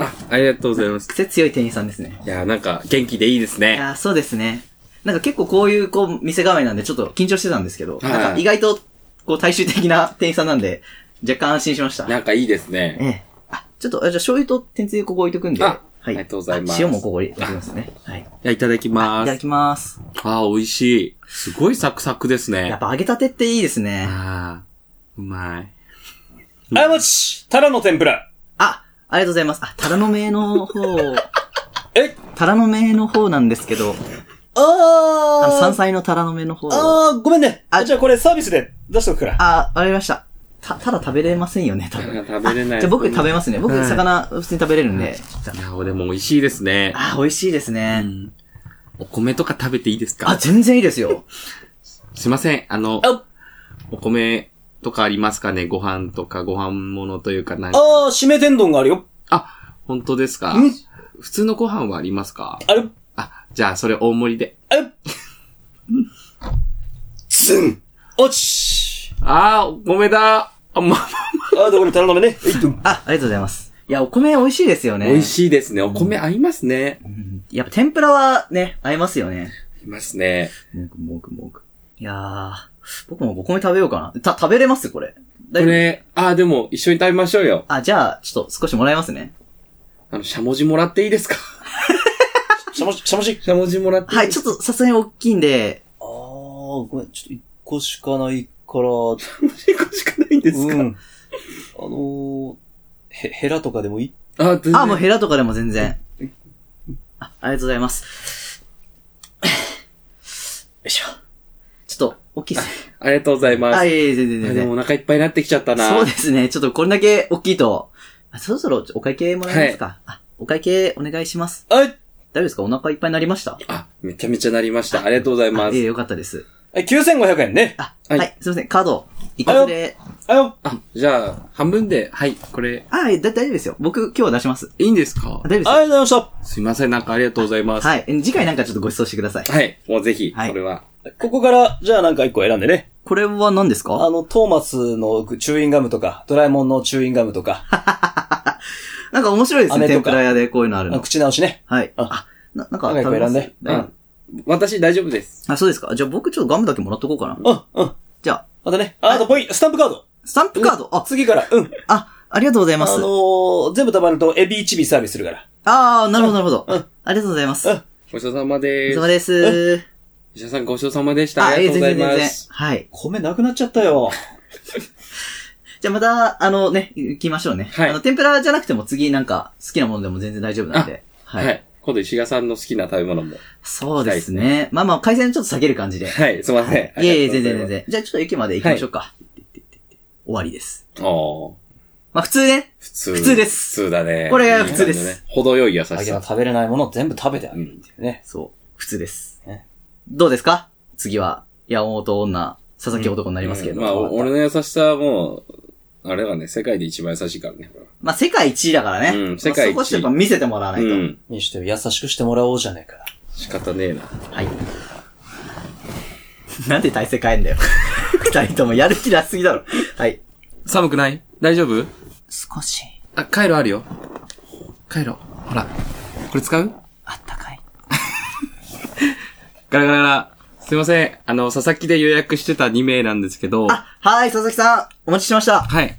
Speaker 1: あ、ありがとうございます。
Speaker 3: 癖強い店員さんですね。
Speaker 1: いやー、なんか元気でいいです
Speaker 3: い
Speaker 1: ね。
Speaker 3: やー、そうですね。なんか結構こういう、こう、店構えなんでちょっと緊張してたんですけど、
Speaker 1: はい
Speaker 3: なんか意外と、こう、大衆的な店員さんなんで、若干安心しました。
Speaker 1: なんかいいです
Speaker 3: え
Speaker 1: ね。
Speaker 3: え。あ、ちょっと、あじゃあ醤油と天つゆここ置いとくんで。
Speaker 1: あ
Speaker 3: はい。
Speaker 1: ありがとうございます
Speaker 3: あ塩もここ置いときますね。はい。い
Speaker 1: いや、いただき
Speaker 3: た
Speaker 1: ま
Speaker 3: だ
Speaker 1: す。
Speaker 3: きます。
Speaker 1: あー、美味しい。すごいサクサクです
Speaker 3: やっ
Speaker 1: ね。
Speaker 3: ぱ揚げたてっていいですね。
Speaker 1: あー、うまい。
Speaker 2: あやもちタラの天ぷら
Speaker 3: あ、ありがとうございます。あ、タラの芽の方、
Speaker 2: え
Speaker 3: タラの芽の方なんですけど、あの、
Speaker 2: あ
Speaker 3: 山菜のタラの芽の方。あ、
Speaker 2: あー、ごめんね。
Speaker 3: あ
Speaker 2: あ、じゃあこれサービスで出しとくから。
Speaker 3: わかりました。た、ただ食べれませんよね、多
Speaker 1: い
Speaker 3: 分。
Speaker 1: や食べれない。
Speaker 3: じゃあ僕食べますね。僕魚、普通に食べれるんで。
Speaker 1: いやー、でも美味しいですね。
Speaker 3: あ、美味しいです
Speaker 1: う
Speaker 3: ね。
Speaker 1: ん。お米とか食べていいです
Speaker 3: あ、
Speaker 1: か
Speaker 3: 全然いいですよ。
Speaker 1: すいません。あの
Speaker 2: あ、
Speaker 1: お米とかありますかねご飯とかご飯物というかなんか。
Speaker 2: あー、締め天丼があるよ。
Speaker 1: あ、本当ですか
Speaker 2: うん
Speaker 1: 普通のご飯はありますか
Speaker 2: あよ
Speaker 1: あ、じゃあそれ大盛りで。
Speaker 2: あよつんおち
Speaker 1: あー、お米だあ、ま、
Speaker 2: あー、どこにタラのめね。えいっと
Speaker 3: あ、ありがとうございます。いや、お米美味しいですよね。
Speaker 1: 美味しいですね。お米合いますね。
Speaker 3: うんやっぱ天ぷらはね、合いますよね。
Speaker 1: 合いますね。
Speaker 3: もぐもぐもぐ。いやー、僕もお米食べようかな。た、食べれますこれ。
Speaker 1: こ
Speaker 3: 大丈夫
Speaker 1: れ、あー、でも一緒に食べましょうよ。
Speaker 3: あ、じゃあ、ちょっと少しもらいますね。
Speaker 1: あの、しゃもじもらっていいですか
Speaker 2: しゃもし、しゃもし。
Speaker 1: しゃもじもらっていい
Speaker 3: はい、ちょっとさすがに大きいんで、
Speaker 2: あー、ごめん、ちょっと一個しかないから、
Speaker 1: 1個しかないんですか、
Speaker 2: うん。あのー、へ、ヘラとかでもいい
Speaker 1: あ、全然
Speaker 3: あ、もうヘラとかでも全然。あ、ありがとうございます。よいしょ。ちょっと、大きいですね。
Speaker 1: ありがとうございます。
Speaker 3: あ、いえいえ、全然
Speaker 1: あ
Speaker 3: 全
Speaker 1: でも
Speaker 3: 然。
Speaker 1: お腹いっぱいになってきちゃったな。
Speaker 3: そうですね。ちょっとこれだけ大きいと、あそろそろちょお会計もらえますか、あ、お会計お願いします。
Speaker 2: あい
Speaker 3: 大丈夫ですかお腹いっぱいになりました
Speaker 1: あ、めちゃめちゃなりました。ありがとうございま
Speaker 3: あええ、
Speaker 1: す。
Speaker 3: よかったです。
Speaker 2: え、9500円ね。
Speaker 3: あ、
Speaker 1: は
Speaker 3: はいい、すいません、カード、一括で、
Speaker 2: あよ。
Speaker 1: あ、じゃあ、半分で、はい、これ、
Speaker 3: あ、だ、大丈夫ですよ。僕、今日は出します。
Speaker 1: いいんですか
Speaker 3: 大丈夫です
Speaker 2: ありがとうございます
Speaker 1: いません、なんかありがとうございます。
Speaker 3: はい。次回なんかちょっとご馳走してください。
Speaker 6: はい。もうぜひ、
Speaker 3: はい
Speaker 6: それは。
Speaker 2: した。ここから、じゃあなんか一個選んでね。
Speaker 3: これは何で
Speaker 2: あ
Speaker 3: すか
Speaker 2: の、トーマスのチューインガムとか、ドラえもんのチューインガムとか、
Speaker 3: なんか面白いですね。
Speaker 2: 飴と
Speaker 3: 天
Speaker 2: か
Speaker 3: ぷら屋でこういうのあるの。
Speaker 2: 口直しね。
Speaker 3: はい。
Speaker 2: あ
Speaker 3: あ、ななんか
Speaker 2: なんか一個選んで。
Speaker 3: 食べます
Speaker 6: 私大丈夫です。
Speaker 3: うんあ、そうですか。じゃあ僕ちょっとガムだけもらっとこうかな。
Speaker 2: うん、うん。
Speaker 3: じゃあ、
Speaker 2: またね。あ、あとポイ、スタンプカード。
Speaker 3: スタンプカード。あ、
Speaker 2: 次から、うん。
Speaker 3: あ、ありがとうござい
Speaker 2: あ
Speaker 3: ま
Speaker 2: の
Speaker 3: す。
Speaker 2: ー、全部溜まると、エビ一尾サービスするから。
Speaker 3: あー、なるほど、なるほど。ありがとうございます。お疲
Speaker 6: ごちそうさまで
Speaker 3: れ
Speaker 6: す
Speaker 3: 様。です。
Speaker 6: 石田さんごちそうさまでした。
Speaker 3: あ、
Speaker 6: あり
Speaker 3: え
Speaker 6: が
Speaker 3: 全
Speaker 6: とうござい
Speaker 3: 然全
Speaker 6: ま
Speaker 3: 然
Speaker 6: す。。
Speaker 3: はい。
Speaker 2: 米なくなっちゃったよ。
Speaker 3: じゃあまた、あのね、行きましょうね。
Speaker 6: はい
Speaker 3: あの、天ぷらじゃなくても次なんか好きなものでも全然大丈夫なんで。
Speaker 6: はい、
Speaker 3: はい。
Speaker 6: 今度石田さんの好きな食べ物も。
Speaker 3: そうですね。まあまあ、海鮮ちょっと避ける感じで。
Speaker 6: はい、すいません。
Speaker 3: いえいえ、全然
Speaker 6: 然。
Speaker 3: 全然。じゃあちょっと駅まで行きましょうか。終わりです。
Speaker 6: あー
Speaker 3: まあ普通ね。
Speaker 6: 普通。
Speaker 3: 普通です
Speaker 6: 普通だね。
Speaker 3: これが普通です
Speaker 6: いい感じだね程よい優し
Speaker 2: あげ
Speaker 6: さ
Speaker 2: は。食べれないものを全部食べてあげるっていうね。
Speaker 3: そう。普通です
Speaker 2: ね。
Speaker 3: どうですか次は、山本女、佐々木男になりますけれど
Speaker 6: うんまあ、
Speaker 3: も。
Speaker 6: お俺の優しさはもう、あれはね、世界で一番優しいからね。
Speaker 3: まあ世界一位だからね。
Speaker 6: うん世界一位
Speaker 3: まあそこちょっと見せてもらわないうと。
Speaker 6: ん。
Speaker 2: にして優しくしてもらおうじゃねえか。
Speaker 6: 仕方ねえな。
Speaker 3: はい。 (laughs) なんで体勢変えんだよ。 (laughs) 二人ともやる気出しすぎだろ。はい。
Speaker 1: 寒くない大丈夫
Speaker 5: 少し、
Speaker 1: あ、カイロあるよ。カイロ。ほら。これ使う
Speaker 5: あったかい。
Speaker 1: ガラガラガラ。すいません。あの、佐々木で予約してた2名なんですけど。
Speaker 3: あ、はい、佐々木さん、お待ちしてました。
Speaker 1: はい。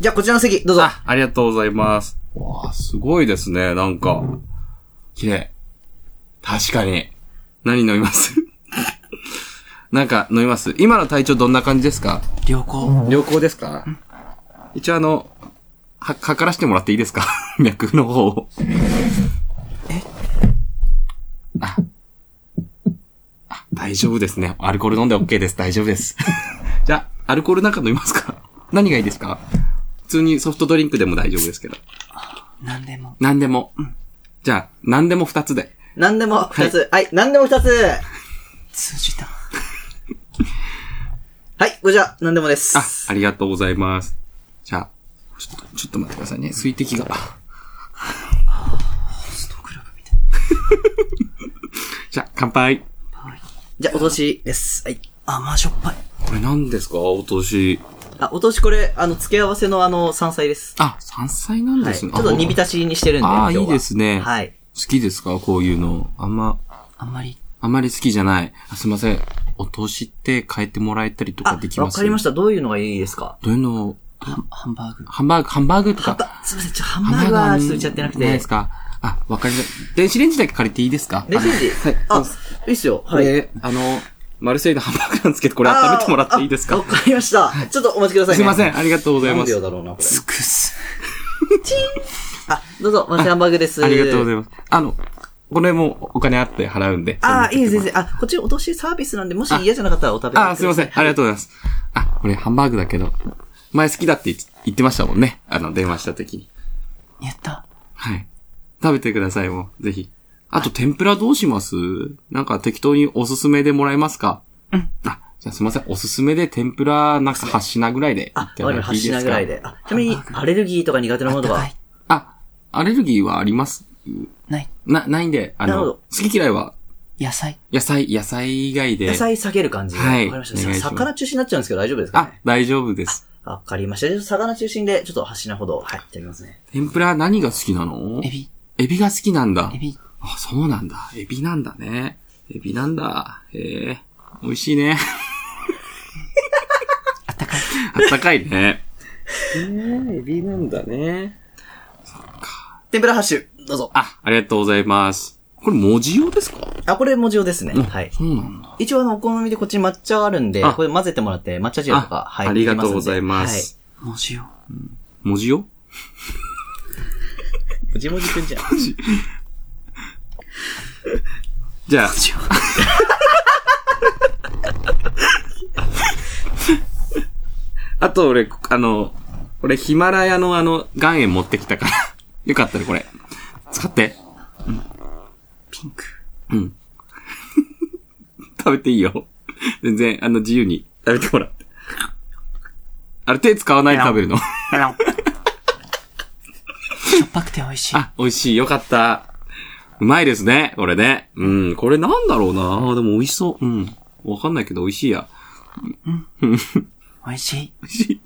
Speaker 3: じゃあ、こちらの席、どうぞ。
Speaker 1: あ、ありがとうございます。わあ、すごいですね。なんか、綺麗。確かに。何飲みます (laughs) なんか飲みます今の体調どんな感じですか
Speaker 5: 良好。
Speaker 1: 良好ですか一応あの、は、測らせてもらっていいですか (laughs) 脈の方を。えあ。あ、大丈夫ですね。アルコール飲んで OK です。大丈夫です。じゃあ、アルコールなんか飲みますか (laughs) 何がいいですか普通にソフトドリンクでも大丈夫ですけど。
Speaker 5: 何でも。
Speaker 1: 何でも。じゃあ、何でも二つで。
Speaker 3: 何でも二つ。はい、何でも二つ。
Speaker 5: 通じた。
Speaker 3: はい、こちら、何でもで
Speaker 1: あ、
Speaker 3: す。
Speaker 1: ありがとうございます。じゃあ、ちょっと、ちょっと待ってくださいね。水滴が。 (laughs) じゃあ、乾杯。
Speaker 3: じゃあ、お通しです。はい。
Speaker 5: 甘じょっぱい。
Speaker 1: これ何ですかお通し。
Speaker 3: あ、お通しこれ、あの、付け合わせのあの、山菜です。
Speaker 1: あ、山菜なん
Speaker 3: は
Speaker 1: で
Speaker 3: い。ち
Speaker 1: す
Speaker 3: ょっ
Speaker 1: ね。
Speaker 3: と煮
Speaker 1: た
Speaker 3: 浸しにしてるんで。
Speaker 1: ああー、
Speaker 3: 今日
Speaker 1: い
Speaker 3: はい
Speaker 1: ですね。
Speaker 3: はい。
Speaker 1: 好きですかこういうの。あんま、
Speaker 5: あんまり。
Speaker 1: あんまり好きじゃない。あすいません。お通しって変えてもらえたりとか
Speaker 3: あ
Speaker 1: でき、
Speaker 3: わ
Speaker 1: ます。
Speaker 3: かりましたた。どういうのがいいですか
Speaker 1: どういうのを
Speaker 5: ハンハンバーグ。
Speaker 1: ハンバーグ、ハンバーグと
Speaker 3: ハン
Speaker 1: か。
Speaker 3: バすいません、ちょ、ハンバーグはちょっとうちやってなく
Speaker 1: ない
Speaker 3: て
Speaker 1: です。かあ、わかりました。電子レンジだけ借りていいですか
Speaker 3: レジジ
Speaker 1: はい。
Speaker 3: あ、いいっすよ。
Speaker 1: こ
Speaker 3: はい。
Speaker 1: れ、あの、マルセイのハンバーグなんですけど、これ
Speaker 3: あー
Speaker 1: 温めてもらっていいです
Speaker 3: あ
Speaker 1: か
Speaker 3: わかりました。ちょっとお待ちくださいね。
Speaker 1: すいませ
Speaker 3: ん。
Speaker 1: ん、ありがとうござい
Speaker 3: 何
Speaker 1: ます
Speaker 3: 秒。だろうな、これ。
Speaker 5: 尽くす。
Speaker 3: あ、どうぞ、マシハンバーグです。
Speaker 1: ありがとうござ
Speaker 3: い
Speaker 1: います。あの、これもお金あって払うんで。
Speaker 3: あー、いいです
Speaker 1: す。
Speaker 3: 先生。あ、こっちお通しサービスなんで、もし嫌じゃなかったらお食べくださ
Speaker 1: あー、すいません、ありがとうございます。あ、これハンバーグだけど、前好きだって言言ってましたもんね。あの、電話した時に。
Speaker 5: やった。
Speaker 1: はい。食べてください、もう。ぜひ。あと、天ぷらどうしますなんか適当におすすめでもらえますかうん。あ、じゃあすいません。おすすめで天ぷらなんか8品ぐらいで。
Speaker 3: あ、
Speaker 1: いた
Speaker 3: わかり
Speaker 1: だ
Speaker 3: ま
Speaker 1: い
Speaker 3: したた。
Speaker 1: だい
Speaker 3: 8
Speaker 1: ていいすから
Speaker 3: 品ぐいで。あ、ちなみに、アレルギーとか苦手なものと
Speaker 5: 高
Speaker 3: か
Speaker 5: い。。
Speaker 1: あ、アレルギーはあります
Speaker 5: ない。
Speaker 1: な、ないんで、あ
Speaker 3: なるほ
Speaker 1: の、
Speaker 3: ど
Speaker 1: 好き嫌いは、
Speaker 5: 野菜。
Speaker 1: 野菜、野菜以外で。
Speaker 3: 野菜下げる感じ。
Speaker 1: はい
Speaker 3: わかりまし
Speaker 1: お願い
Speaker 3: た。
Speaker 1: します
Speaker 3: 魚中心になっちゃうんですけど大丈夫ですか
Speaker 1: あ
Speaker 3: ね、
Speaker 1: 大丈夫です。
Speaker 3: わかりました。じゃあ魚中心で、ちょっと8品ほど、はい、いただきますね。
Speaker 1: 天ぷら何が好きなの
Speaker 5: エ。ビ。
Speaker 1: エビが好きなんだ。
Speaker 5: エビ。
Speaker 1: あ、そうなんだ。エビなんだね。エビなんだ。へえ。美味しいね。あったかい。あったかいね。
Speaker 6: エビなんだね。
Speaker 3: 天ぷらハッシュ、どうぞ。
Speaker 1: あ、ありがとうございます。これ文字用ですか
Speaker 3: あ、これ文字用ですね。はい。
Speaker 1: そうなんだ。
Speaker 3: 一応あの、お好みでこっちに抹茶あるんで、
Speaker 1: あ
Speaker 3: これ混ぜてもらって、抹茶汁とか、
Speaker 1: あ、
Speaker 3: はい。
Speaker 1: ありがとうございま
Speaker 3: でき
Speaker 1: す。
Speaker 5: 文字を。
Speaker 1: 文字用
Speaker 3: はい。文字文字くんじゃん。
Speaker 1: じゃあ。あと俺、あの、これヒマラヤのあの、岩塩持ってきたから。よかったらこれ。使って。
Speaker 5: ピンク。
Speaker 1: 食べていいよ。全然、あの、自由に食べてもらって。あれ、手使わないで食べるの。
Speaker 5: しょっぱくて美味し
Speaker 1: (laughs)
Speaker 5: い。
Speaker 1: あ、美味しい。よかった。うまいですね。これね。うん。これなんだろうな。あでも美味しそう。うん。わかんないけど美味しいや。
Speaker 5: 美味しい。美味
Speaker 1: し
Speaker 5: い。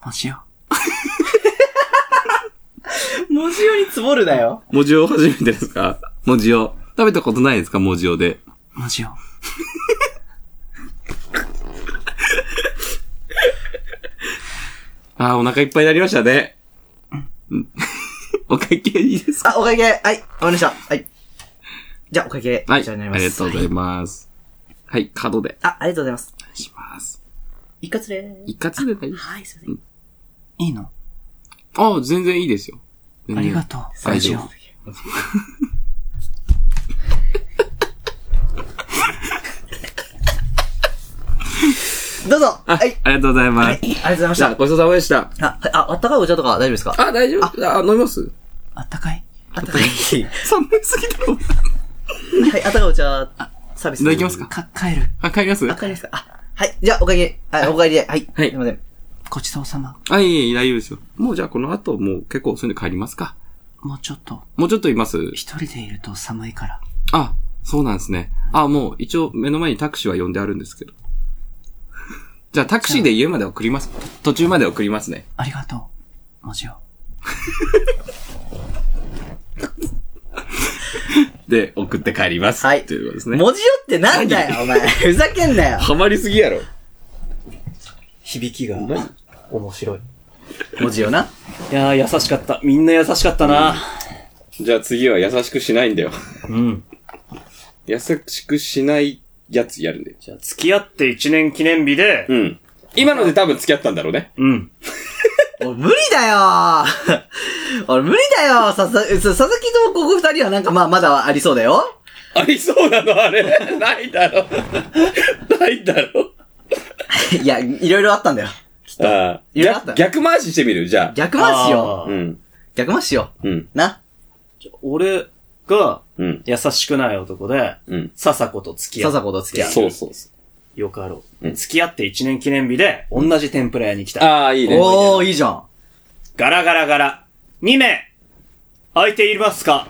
Speaker 5: もうし (laughs) よ
Speaker 3: 文字より積もるなよ。
Speaker 1: 文字を初めてですか文字を。食べたことないですか文字をで。
Speaker 5: う。もうしよ
Speaker 1: あー、お腹いっぱいになりましたね。うん。お (laughs) 会計いいですか
Speaker 3: あ、お会計、はい、わかりました。はい。じゃあ、お会計。
Speaker 1: はい。
Speaker 3: じゃ
Speaker 1: あ
Speaker 3: あ、
Speaker 1: り
Speaker 3: なり
Speaker 1: が
Speaker 3: ます。
Speaker 1: とうございます。はい、カードで。
Speaker 3: あ、ありがとうございます。
Speaker 1: お願いします。
Speaker 3: 一括で
Speaker 1: 一括で大丈
Speaker 3: はい、すいま
Speaker 5: う。いいの
Speaker 1: 夫あー、全然いいですよ。
Speaker 5: ありが
Speaker 1: と
Speaker 5: とう。
Speaker 1: 大
Speaker 5: 大
Speaker 1: 丈
Speaker 5: 丈
Speaker 1: 夫
Speaker 5: 夫。
Speaker 3: せん。どうぞはい。あり
Speaker 1: ありがとうございます。
Speaker 3: がとうございまし
Speaker 1: じゃあ、
Speaker 3: た。
Speaker 1: ごちそうさまでした。
Speaker 3: あ、はいあ、あったかいお茶とか大丈
Speaker 1: (laughs)
Speaker 3: 夫ですか
Speaker 1: あ、大丈夫あ、飲みます
Speaker 5: あったかい
Speaker 3: あったかい。は
Speaker 1: 寒すぎだろ。い
Speaker 3: い、あったかいお茶、サービス。
Speaker 1: ただきますか
Speaker 5: か、帰る。
Speaker 1: あ、帰ります
Speaker 3: あ、わかりますかあ、はい。じゃあ、お会計。はい、お会計で。はい。
Speaker 1: はい
Speaker 3: すいません。
Speaker 5: ごちそうさま。
Speaker 1: あ、いえいえ、大丈夫ですよ。もうじゃあこの後、もう結構遅いんで帰りますか。
Speaker 5: もうちょっと、
Speaker 1: もうちょっといます
Speaker 5: 一人でいると寒いから。
Speaker 1: あ、そうなんですね。あ、もう一応目の前にタクシーは呼んであるんですけど。 (laughs) じゃあタクシーで家まで送ります。途中まで送りますね。
Speaker 5: ありがとう。もうしよ
Speaker 1: (laughs) で、送って帰ります。
Speaker 3: はい
Speaker 1: ということですね。
Speaker 3: 文字よってなんだよ、お前。ふざけんなよ。
Speaker 1: ハマりすぎやろ。
Speaker 2: 響きが、面白い。
Speaker 3: 文字よな。
Speaker 2: いやー、優しかった。みんな優しかったな。
Speaker 7: じゃあ次は優しくしないんだよ。
Speaker 2: うん。
Speaker 7: 優しくしないやつやるんだよ。
Speaker 2: じゃあ、付き合って1年記念日で、
Speaker 7: うん。今ので多分付き合ったんだろうね。
Speaker 2: うん。
Speaker 3: 俺無理だよ俺無理だよささ、佐々木とここ二人はなんかまあまだありそうだよ
Speaker 7: ありそうなのあれ。 (laughs) ないだろ。 (laughs) ないだろ。
Speaker 3: いや、いろいろあったんだよ。
Speaker 7: ああ。
Speaker 3: いろいろあった
Speaker 7: 逆逆回ししてみるじゃ
Speaker 3: 逆回しよ
Speaker 7: あ。う
Speaker 2: あー
Speaker 7: ん。
Speaker 3: う。逆回しよ
Speaker 7: うん。
Speaker 3: う。な。
Speaker 2: 俺が、
Speaker 7: うん。
Speaker 2: 優しくない男で、
Speaker 7: うん。
Speaker 2: 笹子と付き合
Speaker 3: 笹
Speaker 2: う。
Speaker 3: 子と付き合う。
Speaker 7: そうそうそ
Speaker 2: よかろ
Speaker 7: う
Speaker 2: う。
Speaker 7: ん
Speaker 2: 付き合って1年記念日で、同じ天ぷら屋に来
Speaker 7: う。
Speaker 2: た。
Speaker 7: ああ、いいね。
Speaker 3: おー、いいじゃん。
Speaker 2: ガラガラガラ。2名空いていますか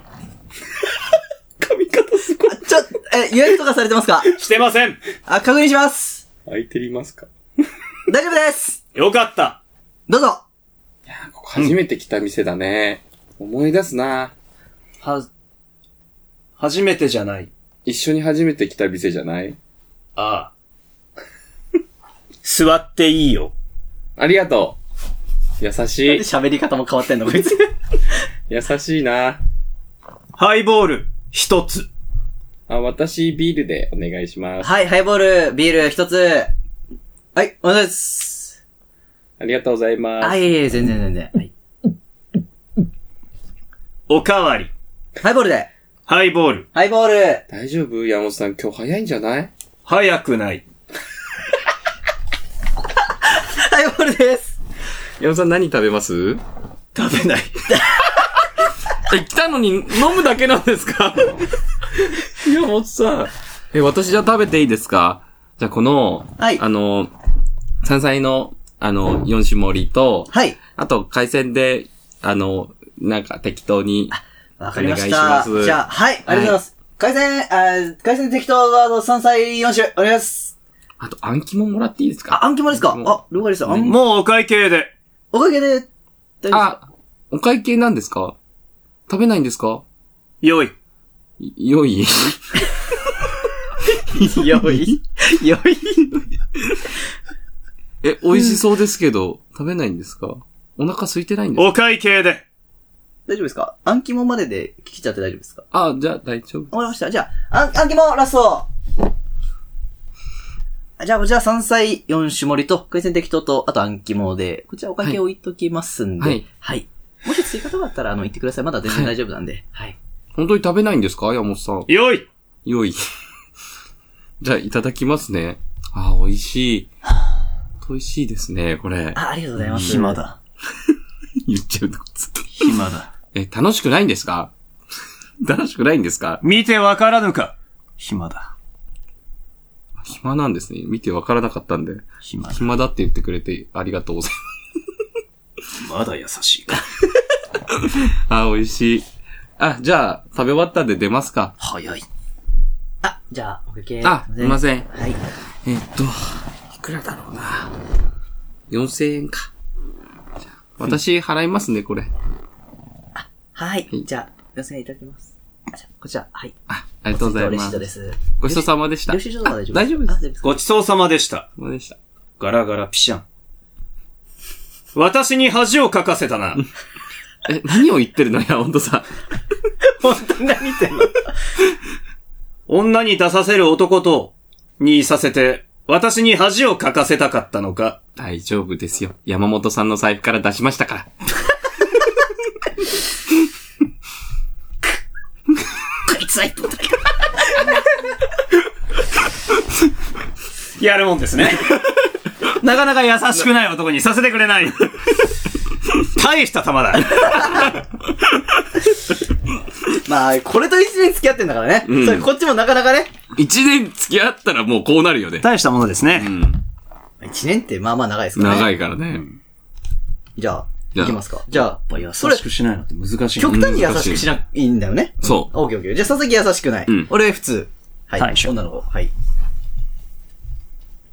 Speaker 7: 髪型すごい。
Speaker 3: ちょ、え、予約とかされてますか
Speaker 2: してません
Speaker 3: あ、確認します。
Speaker 7: 空いていますか
Speaker 3: 大丈夫です。
Speaker 2: よかった
Speaker 3: どうぞ。
Speaker 7: ここ初めて来た店だね。思い出すな。
Speaker 2: は、初めてじゃない。
Speaker 7: 一緒に初めて来た店じゃない
Speaker 2: ああ。 (laughs) 座っていいよ。
Speaker 7: ありがとう。優し
Speaker 3: なん
Speaker 7: い
Speaker 3: で。喋り方も変わってんのこいつ。
Speaker 7: 優しいな。
Speaker 2: ハイボール、一つ。
Speaker 7: あ、私、ビールでお願いします。
Speaker 3: はい、ハイボール、ビール一つ。はい、お願いします。
Speaker 7: ありがとうございます。
Speaker 3: あ、いえいえ、全然全然。はい
Speaker 2: おかわり。
Speaker 3: ハイボールで。
Speaker 2: ハイボール、
Speaker 3: ハイボール。
Speaker 7: 大丈夫山本さん、今日早いんじゃない
Speaker 2: 早くない。
Speaker 3: ハイボールです。
Speaker 1: 山本さん何食べます
Speaker 2: 食 (laughs) べない。
Speaker 1: え、来たのに飲むだけなんですか (laughs) 山本さん。え、私じゃあ食べていいですかじゃあこの、
Speaker 3: はい
Speaker 1: あの、山菜の、あの、四種盛りと、
Speaker 3: はい。
Speaker 1: あと、海鮮で、あの、なんか適当に。
Speaker 3: わかりまし
Speaker 1: お願い
Speaker 3: た。
Speaker 1: します
Speaker 3: じゃあ、はい、ありがとうございます。海鮮、あー海鮮適当ワード山菜4種、お願いします。
Speaker 1: あと、あんきももらっていいです
Speaker 3: あ、
Speaker 1: か
Speaker 3: あんきもですか
Speaker 1: あん肝
Speaker 3: あ、了解です。あん
Speaker 2: もうお会計で。
Speaker 3: おかげで、大丈夫ですか
Speaker 1: あ、お会計なんですか食べないんですか
Speaker 2: よい。
Speaker 1: い良い。
Speaker 3: よい。よい。
Speaker 1: え、美味しそうですけど、食べないんですかお腹空いてないんですか
Speaker 2: お会計で。
Speaker 3: 大丈夫ですかあんきもまでで聞きちゃって大丈夫ですか
Speaker 1: あ、じゃあ大丈夫。
Speaker 3: わかりました。じゃあ、あん、あんきもラストじゃあ、こちら山菜4種盛りと、海鮮適当と、あとあんきもで、こちらおかけ置いときますんで、
Speaker 1: は
Speaker 3: はいい。もし追加とかあったら、あの、言ってください。まだ全然大丈夫なんで。はい。
Speaker 1: 本当に食べないんですか山本さん。
Speaker 2: よい。
Speaker 1: 良い。じゃあ、いただきますね。あ、美味しい。美味しいですね、これ。
Speaker 3: あ、ありがとうございま
Speaker 5: う。
Speaker 3: す。
Speaker 5: 暇。だ。
Speaker 1: 言っちゃうの。ずっと
Speaker 5: 暇だ。
Speaker 1: え、楽しくないんですか楽しくないんですか
Speaker 2: 見てわからぬか。
Speaker 5: 暇だ。
Speaker 1: 暇なんですね。見てわからなかったんで。
Speaker 5: 暇だ。
Speaker 1: 暇だって言ってくれてありがとうござい
Speaker 2: まだ優しいか。
Speaker 1: ます。あ、美味しい。あ、じゃあ、食べ終わったんで出ますか。
Speaker 3: 早い。あ、じゃあ、お会計。
Speaker 1: あ、すいま
Speaker 3: ん。
Speaker 1: せん。
Speaker 3: はい。
Speaker 1: えっと、いくらだろうな。4000円か。じゃあ私払いますね、これ。
Speaker 3: はい。じゃあ、5000円いただきます。あじゃあこちら、はい。
Speaker 1: あ、ありがとうございま
Speaker 3: レシート
Speaker 1: す。
Speaker 3: です。
Speaker 1: ごちそうさまでした。
Speaker 3: 領収書とか大丈夫
Speaker 1: あ大丈夫です。
Speaker 3: あですか
Speaker 2: ごちそうさまでした。
Speaker 1: ごちそうさまでした。
Speaker 2: ガラガラピシャン。私に恥をかかせた (laughs) な。
Speaker 1: え、何を言ってるのいや、ほんとさ。
Speaker 2: 本当に何言ってんの女に出させる男と、にいさせて、私に恥をかかせたかったのか。
Speaker 1: 大丈夫ですよ。山本さんの財布から出しましたから。
Speaker 3: こいつは一本だけ。
Speaker 2: やるもんですね。なかなか優しくない男にさせてくれない。大した玉だ。
Speaker 3: まあ、これと一年付き合ってんだからね。
Speaker 1: うん
Speaker 3: それこっちもなかなかね。
Speaker 1: 一年付き合ったらもうこうなるよね。
Speaker 2: 大したものです
Speaker 1: う
Speaker 2: ね。
Speaker 1: ん。
Speaker 3: 一年ってまあまあ長いですからね。
Speaker 1: 長
Speaker 3: い。
Speaker 1: いからね。
Speaker 3: じゃ
Speaker 1: じ
Speaker 3: あ、
Speaker 1: ゃあ
Speaker 3: いきますか。じゃあ、
Speaker 2: 優
Speaker 3: それ
Speaker 2: しくしないのって難しいな。
Speaker 3: 極端に優しくしないんだよね。
Speaker 1: そう。
Speaker 3: オッケーオッケー。じゃあ、佐々木優しくない。
Speaker 1: うん
Speaker 3: 俺普通。はい。
Speaker 5: はい
Speaker 3: 女の子。はい。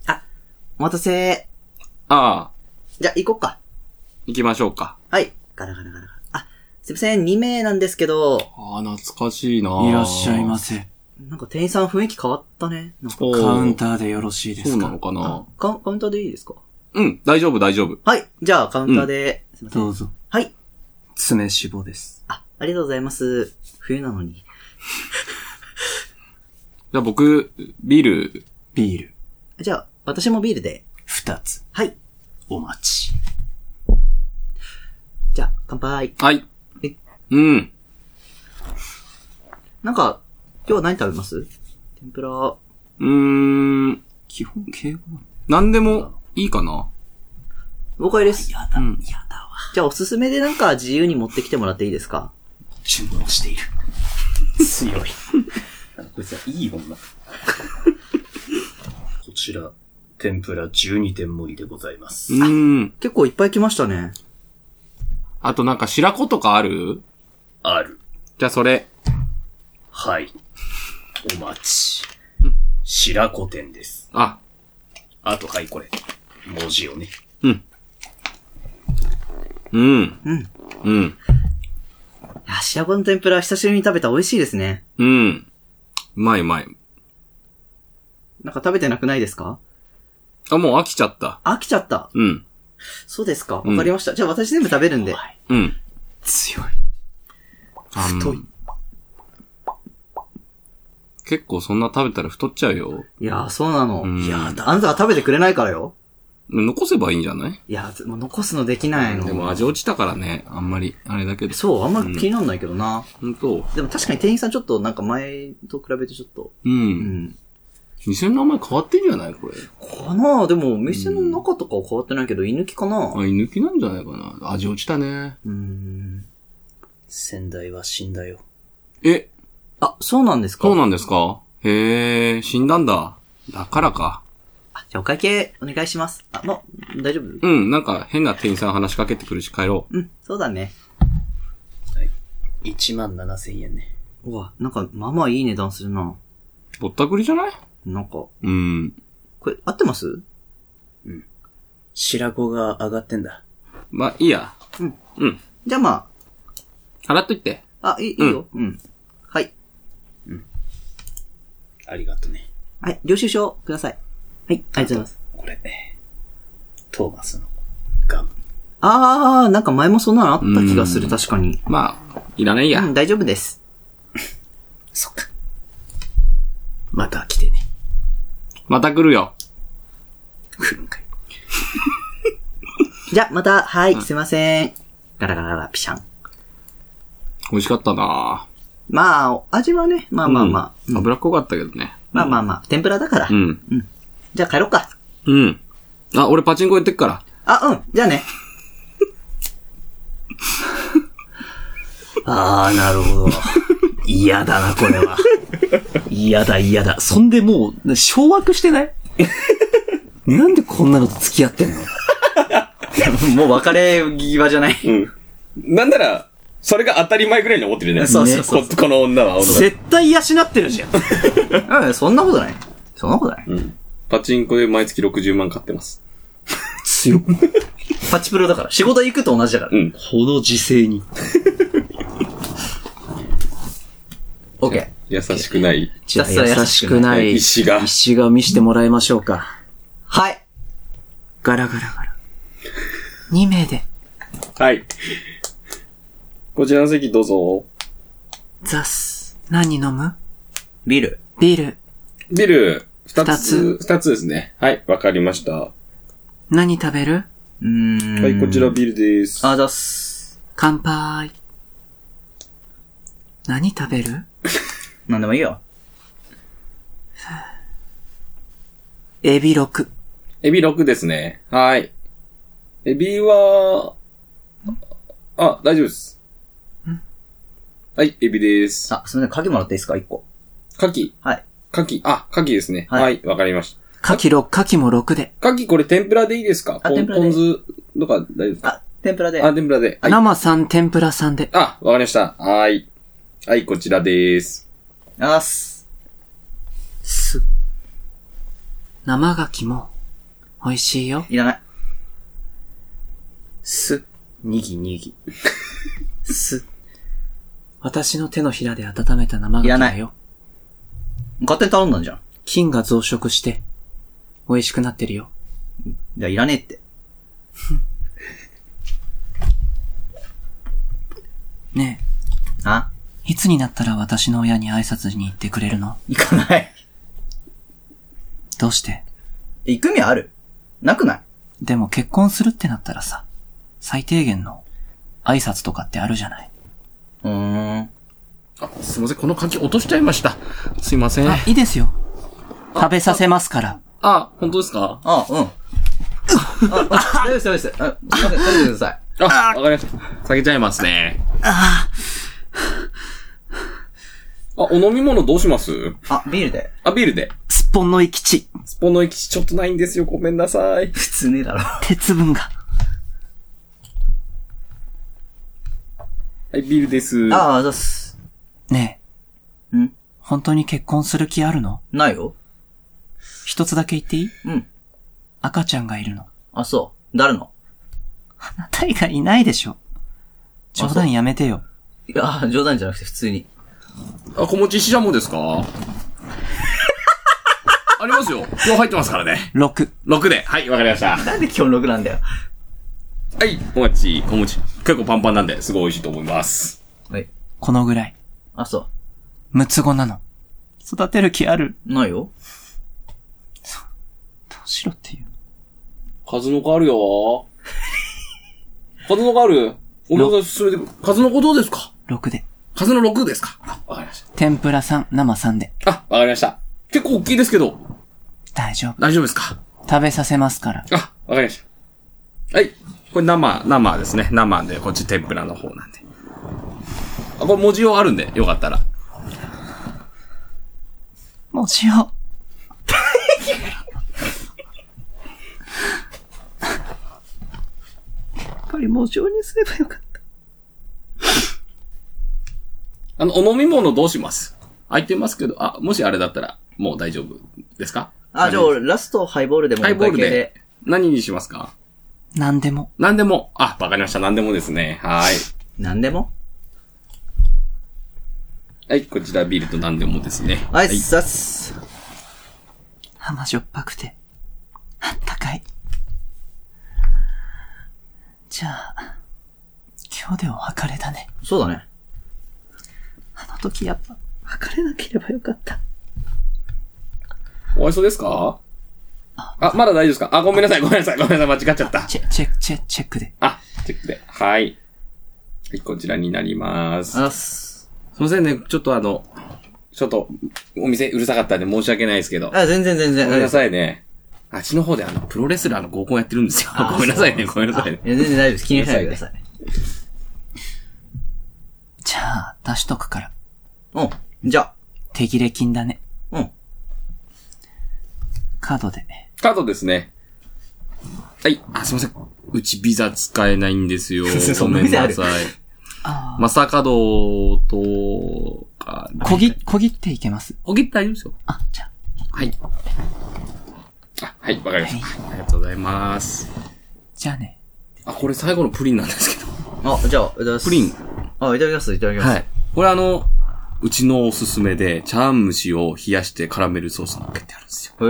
Speaker 3: あ、お待たせ。
Speaker 1: ああ、
Speaker 3: じゃあ、行こっか。
Speaker 1: 行きましょうか。
Speaker 3: はい。ガラガラガラガラ。あ、すいません、2名なんですけど、
Speaker 1: ああ、懐かしいないい。
Speaker 5: らっしゃいますせ。
Speaker 3: なんか店員さん雰囲気変わったね。なんか
Speaker 1: おー
Speaker 5: カウンターでよろしいで
Speaker 1: そ
Speaker 5: す
Speaker 1: うな
Speaker 5: か
Speaker 1: のかな
Speaker 3: カカウンターでいいですか
Speaker 1: うん、大丈夫、大丈夫。
Speaker 3: はい。じゃあ、カウンターで。すいません。
Speaker 5: どうぞ。
Speaker 3: はい。
Speaker 2: 爪脂肪です。
Speaker 3: あ、ありがとうございます。冬なのに。
Speaker 1: じゃあ僕、ビール、
Speaker 5: ビール、
Speaker 3: じゃあ、私もビールで。
Speaker 5: 二つ、
Speaker 3: はい。
Speaker 5: お待ち。
Speaker 3: じゃあ、乾杯。
Speaker 1: はい
Speaker 3: え。
Speaker 1: うん。
Speaker 3: なんか、今日は何食べます天ぷら。
Speaker 1: うーん。
Speaker 5: 基本敬語
Speaker 1: 何でもいいかな。
Speaker 3: 了解です。
Speaker 5: やだ、
Speaker 1: うん
Speaker 5: やだわ。
Speaker 3: じゃあ、おすすめでなんか自由に持ってきてもらっていいですか
Speaker 5: 注文している。
Speaker 2: 強
Speaker 5: (laughs)
Speaker 2: い。こいつはいい女。こちら、天ぷら12点盛りでございます
Speaker 1: う。ーん。
Speaker 3: 結構いっぱい来ましたね。
Speaker 1: あとなんか白子とかある
Speaker 2: ある。
Speaker 1: じゃあそれ。
Speaker 2: はい。お待ち。白子店です。
Speaker 1: あ、
Speaker 2: あと、はい、これ。文字をね。
Speaker 1: うん。
Speaker 3: うん。
Speaker 1: うん。
Speaker 3: いや、白子の天ぷら久しぶりに食べた美味しいですね。
Speaker 1: うん。うまいうまい。
Speaker 3: なんか食べてなくないですか
Speaker 1: あ、もう飽きちゃった。
Speaker 3: 飽きちゃった。
Speaker 1: うん。
Speaker 3: そうですか。わ
Speaker 1: うん
Speaker 3: かりました。じゃあ私全部食べるんで。
Speaker 1: うん。
Speaker 5: 強い。
Speaker 1: あの
Speaker 3: 太い。
Speaker 1: 結構そんな食べたら太っちゃうよ。
Speaker 3: いやー、そうなの。
Speaker 1: うん
Speaker 3: いやーだあなたが食べてくれないからよ。
Speaker 1: 残せばいいんじゃない
Speaker 3: いやー、もう残すのできないの。
Speaker 1: でも味落ちたからね、あんまり、あれだけど。
Speaker 3: そう、あんま気になんないけどな。
Speaker 1: ほんと。
Speaker 3: でも確かに店員さんちょっとなんか前と比べてちょっと。
Speaker 1: う。
Speaker 3: うんん。
Speaker 1: 店の名前変わってんじゃないこれ。
Speaker 3: かなあでも、店の中とかは変わってないけど、居抜きかな
Speaker 1: あ、居抜きなんじゃないかな。味落ちたね。
Speaker 3: うーん。
Speaker 2: 先代は死んだよ。
Speaker 1: え、
Speaker 3: あ、そうなんですか
Speaker 1: そうなんんですかへえ、死んだんだ。だからか。
Speaker 3: じゃあお会計お願いします。あ、もう、大丈夫
Speaker 1: うん、なんか変な店員さん話しかけてくるし帰ろう。
Speaker 3: うん、そうだね。
Speaker 2: 1万7千円ね。
Speaker 3: うわ、なんか、まあまあいい値段するな。
Speaker 1: ぼったくりじゃない
Speaker 3: なんか、こ
Speaker 1: うん。
Speaker 3: れ、合ってます
Speaker 2: 白子が上がってんだ。
Speaker 1: まあ、いいや。
Speaker 3: じゃあま
Speaker 1: 払っといて。
Speaker 3: あ、あ、いい、いいよ。うん。はい。
Speaker 2: ありがとね。
Speaker 3: はい、領収書ください。はい、ありがとうございます。
Speaker 2: これ、トーマスのガム。
Speaker 3: あー、なんか前もそんなのあった気がす
Speaker 1: う
Speaker 3: る、
Speaker 1: ん
Speaker 3: 確かに。
Speaker 1: まあ、いらないや。
Speaker 3: うん、大丈夫です。
Speaker 2: そっか。また来てね。
Speaker 1: また来るよ。
Speaker 2: 来るんかい。
Speaker 3: じゃあ、また、はい、すいません。ガラガラガラ、ピシャン。
Speaker 1: 美味しかったな
Speaker 3: まあ、味はね、まあまあまあ。
Speaker 1: うん脂っこかったけどね。
Speaker 3: まあまあまあ、天ぷらだから
Speaker 1: う。ん。
Speaker 3: じゃあ帰ろっか。
Speaker 1: うん。あ、俺パチンコ行ってくから。
Speaker 3: あ、うん、じゃあ (laughs) ね。
Speaker 2: ああ、なるほど。嫌だな、これは。嫌だ、嫌だ。そんでもう、掌握してない
Speaker 5: なんでこんなのと付き合ってんの
Speaker 3: (laughs) もう別れ際じゃない。
Speaker 1: うん。なんなら、それが当たり前ぐらいに思ってるね。
Speaker 3: そうそうそう
Speaker 1: ここの女は、女
Speaker 3: 絶対養ってるじゃん。 (laughs) いやいやそんなことない。そんなことない。
Speaker 1: うん。パチンコで毎月60万買ってます。
Speaker 5: 強っ。
Speaker 3: パチプロだから。仕事行くと同じだから。
Speaker 1: うん。
Speaker 5: ほど時
Speaker 3: (laughs)
Speaker 5: 勢に。
Speaker 3: オッケー。
Speaker 1: 優しくない。
Speaker 5: じゃあ優しくない。
Speaker 1: 石が
Speaker 5: 石が見してもらいましょうか。
Speaker 3: はい。
Speaker 5: ガラガラガラ。2名で、
Speaker 1: はい。こちらの席どうぞ。
Speaker 5: ザス。何飲む
Speaker 3: ビール。
Speaker 5: ビール。
Speaker 1: ビル、二
Speaker 5: 二
Speaker 1: つ
Speaker 5: つ、
Speaker 1: 二つですね。はい、わかりました。は
Speaker 5: 何食べる
Speaker 3: うーん。
Speaker 1: い、こちら。ビルです。
Speaker 3: あざっす。
Speaker 5: 乾杯。何食べる
Speaker 3: なんでもいいよ。
Speaker 5: エビ6。
Speaker 1: エビ6ですね。はい。エビは、あ、大丈夫です。はい、エビです。
Speaker 3: あ、すみません。鍵もらっていいですか一個。
Speaker 1: カキ。
Speaker 3: はい。
Speaker 1: カキ、あ、カキですね。
Speaker 3: はい
Speaker 1: はい、わ、かりました。
Speaker 5: カキ6、カキも6で。
Speaker 1: カキこれ天ぷらでいいですか
Speaker 3: あ
Speaker 1: ポン
Speaker 3: 天ぷらで
Speaker 1: ポン酢とか大丈夫ですか
Speaker 3: あ、天ぷらで。
Speaker 1: あ、天ぷらで。はい。
Speaker 5: 生3、天ぷら3で。
Speaker 1: あ、わかりました。はい。はい、こちらです。
Speaker 3: あざっす。
Speaker 5: す。生ガキも、美味しいよ。
Speaker 3: いらない。す。にぎに (laughs) ぎ。
Speaker 5: す。私の手のひらで温めた生ガキ
Speaker 3: いら
Speaker 5: だ
Speaker 3: な
Speaker 5: よ。
Speaker 3: 勝手に頼んだんじゃん。
Speaker 5: 菌が増殖して、美味しくなってるよ。
Speaker 3: じゃあいらねえって。
Speaker 5: ね
Speaker 3: あ
Speaker 5: え、いつになったら私の親に挨拶に行ってくれるの
Speaker 3: 行かない。
Speaker 5: どうして
Speaker 3: 行く意味あるなくない
Speaker 5: でも結婚するってなったらさ、最低限の挨拶とかってあるじゃない。
Speaker 3: うーん。
Speaker 4: すいません、この柿落としちゃいました。すいません。
Speaker 5: あ、いいですよ。食べさせますから。
Speaker 4: あ、本当ですか
Speaker 3: あ、うん。あ、あ大丈夫です、大丈夫です。あ、すいません、食べてください。
Speaker 4: あ、わかりました。下げちゃいますね。
Speaker 1: あ、お飲み物どうします
Speaker 3: あ、ビールで。
Speaker 1: あ、ビールで。
Speaker 5: すっぽんの生き地、
Speaker 1: スポの液ちょっとないんですよ。ごめんなさい。
Speaker 3: 普通ねえだろ。
Speaker 5: 鉄分が。
Speaker 1: はい、ビールです。
Speaker 3: あ、あざっす。
Speaker 5: ねえ。
Speaker 3: ん
Speaker 5: 本当に結婚する気あるの
Speaker 3: ないよ。
Speaker 5: 一つだけ言っていい
Speaker 3: うん。
Speaker 5: 赤ちゃんがいるの。
Speaker 3: あ、そう。誰の
Speaker 5: あなた以外いないでしょ。冗談やめてよ。
Speaker 3: いや、冗談じゃなくて普通に。
Speaker 4: あ、小餅ししゃもです
Speaker 1: (laughs)
Speaker 4: かありますよ。今日入ってますからね。
Speaker 5: 6。
Speaker 4: 6で。はい、わかりました。
Speaker 3: なんで基本6なんだよ。
Speaker 4: はい、お待ち、お餅。結構パンパンなんで、すごい美味しいと思います。
Speaker 3: はい。
Speaker 5: このぐらい。
Speaker 3: あ、そ
Speaker 5: 六つ子なの。育てる気ある。
Speaker 3: う。ないよ。
Speaker 5: どうしろっていう。
Speaker 1: 数の子あるよ。数の子ある。お客さん進めてくる。
Speaker 4: 数の子どうですか
Speaker 5: 6で。
Speaker 4: 数の6ですかあ、わかりまし
Speaker 5: 天ぷら3、生3で。
Speaker 4: た。あ、わかりました。結構大きいですけど、
Speaker 5: 大丈夫。
Speaker 4: 大丈夫ですか
Speaker 5: 食べさせますから。
Speaker 4: あ、わかりました。はい。これ生、生ですね。生で、こっち天ぷらの方なんで。あ、これ文字用あるんで、よかったら。
Speaker 5: もうしよう。やっぱりもう上にすればよかった。
Speaker 4: あの、お飲み物どうします空いてますけど、あ、もしあれだったら、もう大丈夫ですか
Speaker 3: あ、じゃあ俺、ラストハイボールでも
Speaker 4: ハイボール
Speaker 3: お会計
Speaker 4: で。何にしますか
Speaker 5: 何でも。
Speaker 4: 何でも。あ、わかりました。何でもですね。はい。
Speaker 3: 何でも
Speaker 4: はい、こちらビールと何でもですね。
Speaker 3: はい、
Speaker 4: はい
Speaker 3: さっす。
Speaker 5: 甘じょっぱくて、あったかい。じゃあ、今日でお別れだね。
Speaker 3: そうだね。
Speaker 5: あの時やっぱ、別れなければよかった。
Speaker 1: お会いそうですかあ、まだ大丈夫ですかあ、ごめんなさい、ごめんなさい、ごめんなさい、間違っちゃった。
Speaker 5: チェ、チェ、チェ、チェックで。
Speaker 1: あ、チェックで。はい。はい、こちらになります。
Speaker 3: あざっす。
Speaker 4: すいませんね。ちょっとあの、
Speaker 1: ちょっと、お店うるさかったんで申し訳ないですけど。
Speaker 3: あ、全然全然。
Speaker 1: ごめんな
Speaker 3: あ
Speaker 1: さいね。
Speaker 4: あっちの方であの、プロレスラーの合コンやってるんですよ。ごめんなさいね、ごめんなさいね。
Speaker 3: 全然大丈夫です。気にしないでください。
Speaker 5: じゃあ、出しとくから。
Speaker 3: うん。じゃあ。
Speaker 5: 手切れ金だね。
Speaker 3: うん。
Speaker 5: カードで。
Speaker 1: カードですね。はい。あ、すいません。うちビザ使えないんです (laughs) よ。
Speaker 3: そ
Speaker 1: ご
Speaker 3: んな
Speaker 1: めん
Speaker 3: 店あ
Speaker 1: な
Speaker 3: る
Speaker 1: さい。マスターカードとか、
Speaker 5: こぎ、こぎっていけます。
Speaker 1: おぎって大丈夫ですよ。
Speaker 5: あ、じゃあ。
Speaker 1: はい。あ、はい、わかりました。ありがとうございます。
Speaker 5: じゃあね。
Speaker 1: あ、これ最後のプリンなんですけど。
Speaker 3: あ、じゃあ、いただきます。
Speaker 1: プリン。。
Speaker 3: あ、いただきます、いただきます。
Speaker 1: はい。これあの、うちのおすすめで、茶碗蒸しを冷やしてカラメルソースのっけてあるんですよ。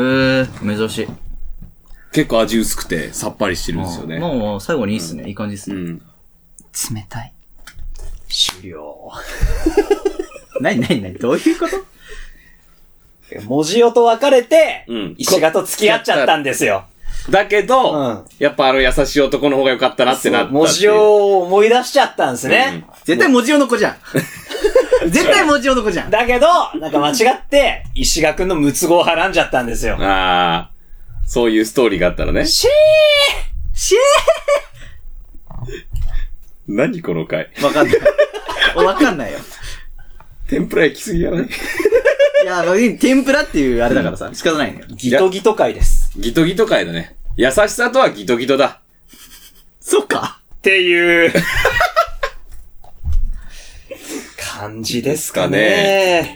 Speaker 3: へえ、珍しい。
Speaker 1: 結構味薄くてさっぱりしてるんですよね。
Speaker 3: まあまあ、最後にいいっすね。いい感じっす
Speaker 1: う
Speaker 3: ね。
Speaker 1: ん。
Speaker 5: 冷たい。
Speaker 3: 終了。なになになにどういうこと
Speaker 2: 文字音と別れて、
Speaker 1: うん
Speaker 2: 石がと付き合っちゃったんですよ。
Speaker 1: だけど、
Speaker 2: うん
Speaker 1: やっぱあの優しい男の方が良かったなってなったっていう。
Speaker 2: 文字音を思い出しちゃったんですね。
Speaker 3: (laughs) 絶対文字用の子じゃん。 (laughs) 絶対文字用の子じゃん。
Speaker 5: (laughs)
Speaker 2: だけど、なんか間違って、石がくんのムツゴをはらんじゃったんですよ。
Speaker 1: ああ、そういうストーリーがあったらね。
Speaker 2: シ
Speaker 3: シェ
Speaker 1: 何この回。
Speaker 3: ーわかんない。わかんないよ。
Speaker 1: 天ぷら行き過ぎやない
Speaker 3: いや、天ぷらっていうあれだからさ、仕方ないね。
Speaker 2: ーギトギト会です。
Speaker 1: ギトギト回だね。優しさとはギトギトだ。
Speaker 3: そっか。
Speaker 2: っていう、感じですかね。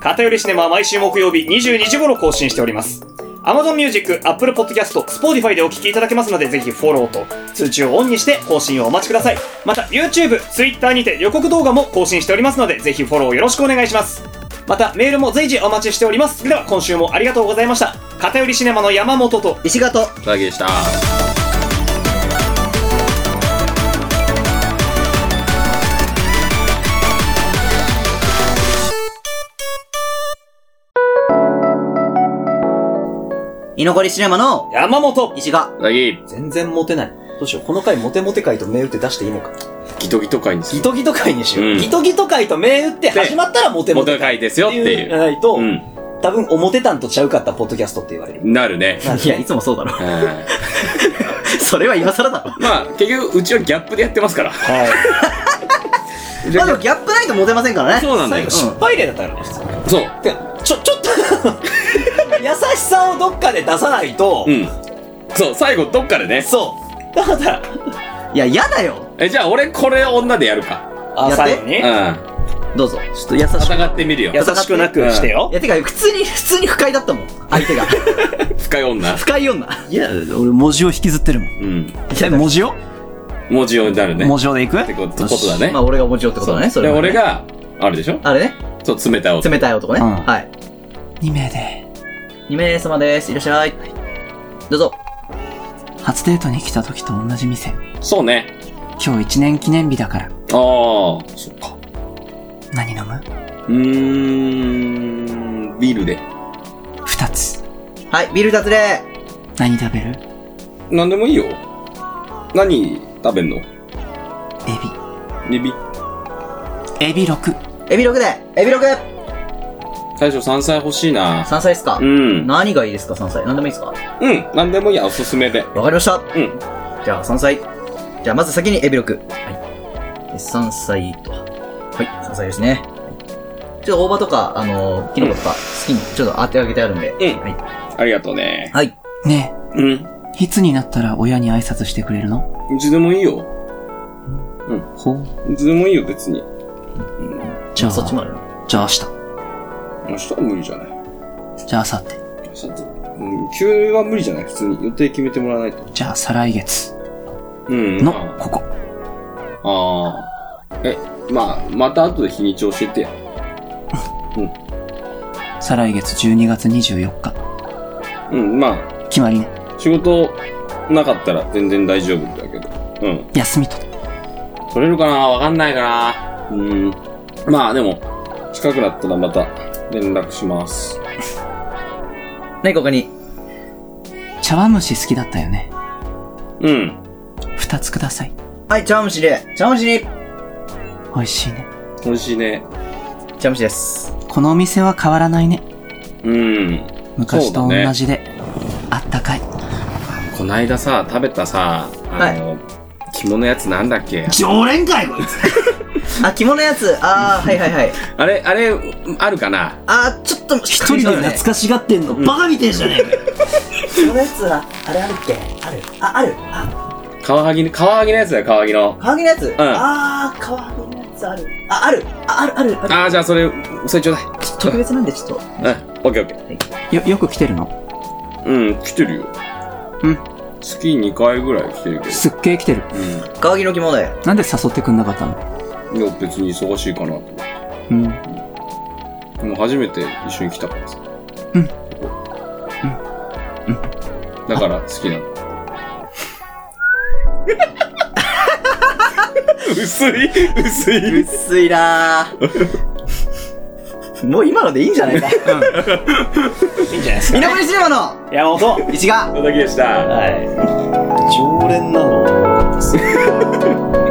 Speaker 2: 偏りシネマは毎週木曜日22時頃更新しております。Amazon Music、Apple Podcast、Spotify でお聴きいただけますので、ぜひフォローと通知をオンにして更新をお待ちください。また、YouTube、Twitter にて予告動画も更新しておりますので、ぜひフォローよろしくお願いします。また、メールも随時お待ちしております。では、今週もありがとうございました。偏りシネマの山本と、
Speaker 3: 石形。
Speaker 1: ラゲでした。
Speaker 3: 居残りシネマの
Speaker 2: 山本
Speaker 3: 石が。
Speaker 1: ラギ、
Speaker 2: 全然モテない。どうしよう。この回モテモテ回と銘打って出していいのか。
Speaker 1: ギトギト回にす
Speaker 2: ギ
Speaker 1: る。
Speaker 2: トギト回にしよう。
Speaker 1: うん
Speaker 2: ギトギト回と銘打って始まったらモテモ
Speaker 1: 元
Speaker 2: テ
Speaker 1: 回ですよって
Speaker 2: ってい
Speaker 1: いうう。
Speaker 2: じゃないと、
Speaker 1: うん。
Speaker 2: 多分表たんとちゃうかったポッドキャストって言われる。
Speaker 1: なるね。
Speaker 3: いや、いつもそうだろ。
Speaker 1: はい
Speaker 3: (laughs) それは今更だろ。
Speaker 1: まあ、結局、うちはギャップでやってますから。
Speaker 2: はい。
Speaker 3: まあでもギャップないとモテませんからね。
Speaker 1: そうなんだ
Speaker 2: (laughs) 最
Speaker 1: よ
Speaker 2: 後。失敗例だったからね、普通に
Speaker 1: そう。
Speaker 2: てかちょ、ちょっと、 (laughs) 優しさをどっかで出さないと、
Speaker 1: うん。そう、最後、どっかでね。
Speaker 2: そう。だから、
Speaker 3: いや、嫌だよ。
Speaker 1: え、じゃあ、俺、これ女でやるか。
Speaker 2: あ、
Speaker 3: やって
Speaker 2: 最後
Speaker 1: う
Speaker 2: に
Speaker 1: ん。、戦
Speaker 3: どうぞ。ちょっと優しく。
Speaker 1: ってみるよ。
Speaker 2: 優しくなくしてよ
Speaker 3: い。や、てか、普通に、 (laughs) 普通に不快だったもん。相手が。
Speaker 1: 深い女。
Speaker 3: 不快女。
Speaker 5: いや、俺文字を引きずってるもん。
Speaker 1: うん。
Speaker 5: いや、文字を
Speaker 1: 文字になるね。
Speaker 5: 文字をでいく
Speaker 1: ってことことだね
Speaker 3: まあ、。俺がお持ちよってことだね、それ
Speaker 1: で、
Speaker 3: はね。
Speaker 1: 俺が、あれでしょ
Speaker 3: あれね。
Speaker 1: そう、冷たい男。
Speaker 3: 冷たい男ね。
Speaker 5: うん
Speaker 3: はい。
Speaker 5: 2名で、
Speaker 3: 2名様です。いらっしゃい。どうぞ。
Speaker 5: 初デートに来た時と同じ店。
Speaker 1: そうね。
Speaker 5: 今日1年記念日だから。
Speaker 1: ああ、そっか。
Speaker 5: 何飲む
Speaker 1: うーん、ビールで。
Speaker 5: ?2 つ。
Speaker 3: はい、ビール2つで。
Speaker 5: 何食べるエビ。
Speaker 1: なんでもいいよ。何食べんのエビ。
Speaker 5: エビ6。
Speaker 3: エビ6で。エビ 6!
Speaker 1: 最初山菜欲しいな。
Speaker 3: 山菜っすか
Speaker 1: うん。
Speaker 3: 何がいいですか山菜。何でもいいですかわか
Speaker 1: うん。なんでもいいや、おすすめで。
Speaker 3: りました。
Speaker 1: うん。
Speaker 3: じゃあ、山菜。じゃあ、まず先にエビ6。はい。で山菜と。はい、山菜ですね。ちょっと大葉とか、あのー、キノコとか、好きにちょっと当てあげてあるんで。
Speaker 1: うん
Speaker 3: はい。
Speaker 1: ありがとうね。
Speaker 3: はい。
Speaker 5: ね
Speaker 1: うん。
Speaker 5: え、いつになったら親に挨拶してくれるの
Speaker 1: いつでもいいよ。
Speaker 5: ほう。
Speaker 1: いつでもいいよ、別に。
Speaker 5: じゃあ、
Speaker 3: そっちもある
Speaker 5: じゃあ明日。
Speaker 1: 明日は無理じゃない。
Speaker 5: じゃあ明後日。
Speaker 1: 明日って。うん、急は無理じゃない、普通に。予定決めてもらわないと。
Speaker 5: じゃあ再来月
Speaker 1: うん。ま
Speaker 5: のここ。
Speaker 1: ああー。え、まあ、また後で日にち教えてや。
Speaker 5: 再来月12月24日。
Speaker 1: うん、まあ、
Speaker 5: 決まりね。
Speaker 1: 仕事なかったら全然大丈夫だけど。うん。
Speaker 5: 休みと。
Speaker 1: 取れるかなわかんないかなうん。まあでも、近くなったらまた連絡します。
Speaker 3: 何か他に。
Speaker 5: 茶碗蒸し好きだったよね。
Speaker 1: うん。
Speaker 5: 2つください。
Speaker 3: はい、茶碗蒸しで。茶碗蒸しに。
Speaker 5: 美味しいね。
Speaker 1: 美味しいね。
Speaker 3: 茶碗蒸しです。
Speaker 5: このお店は変わらないね。
Speaker 1: うん。
Speaker 5: 昔と
Speaker 1: そうだね
Speaker 5: 同じで、あったかい。
Speaker 1: こないださ、食べたさ、あの、肝のやつなんだっけ
Speaker 8: 常連かいこいつ。
Speaker 3: あ、着物やつ。あー、はいはいはい。
Speaker 1: あれ、あれ、あるかな
Speaker 3: (laughs) あー、ちょっと、一
Speaker 8: 一人で懐かしがってんの、バカみてえじゃねえかよ。
Speaker 3: 着物やつは、あれあるっけある。あ、ある。あ、
Speaker 1: カワハギの、カワハギのやつだよ、カワハギの。
Speaker 3: カワギのやつ。
Speaker 1: ん
Speaker 3: あー、カワギのやつある。あ、ある。あ、ある、ある。ある
Speaker 1: ああ、じゃあそれ、それちょうだい。
Speaker 3: ちょっと特別なんで、ちょっと。
Speaker 1: うん、オッケーオッケー。
Speaker 5: よ、よく来てるの
Speaker 1: うん、来てるよ。
Speaker 5: うん。
Speaker 1: 月2回ぐらい来てるけど。
Speaker 5: すっげえ来てる。
Speaker 3: カワギの着物だよ。
Speaker 5: なんで誘ってくんなかったの
Speaker 1: うん。いや、別に忙しいかなと思って。
Speaker 5: うん。
Speaker 1: でも初めて一緒に来たからさ。
Speaker 5: うん
Speaker 1: ここだから好きな
Speaker 5: (laughs)
Speaker 1: の。 (laughs) 薄い、薄い。
Speaker 3: 薄いな (laughs) ー。もう今のでいいんじゃないか。
Speaker 2: いいんじゃないですか。
Speaker 3: 稲森シネマの、
Speaker 2: 山本
Speaker 3: 石が、
Speaker 1: 野崎でした。
Speaker 2: はい。常連なの多かったっすね。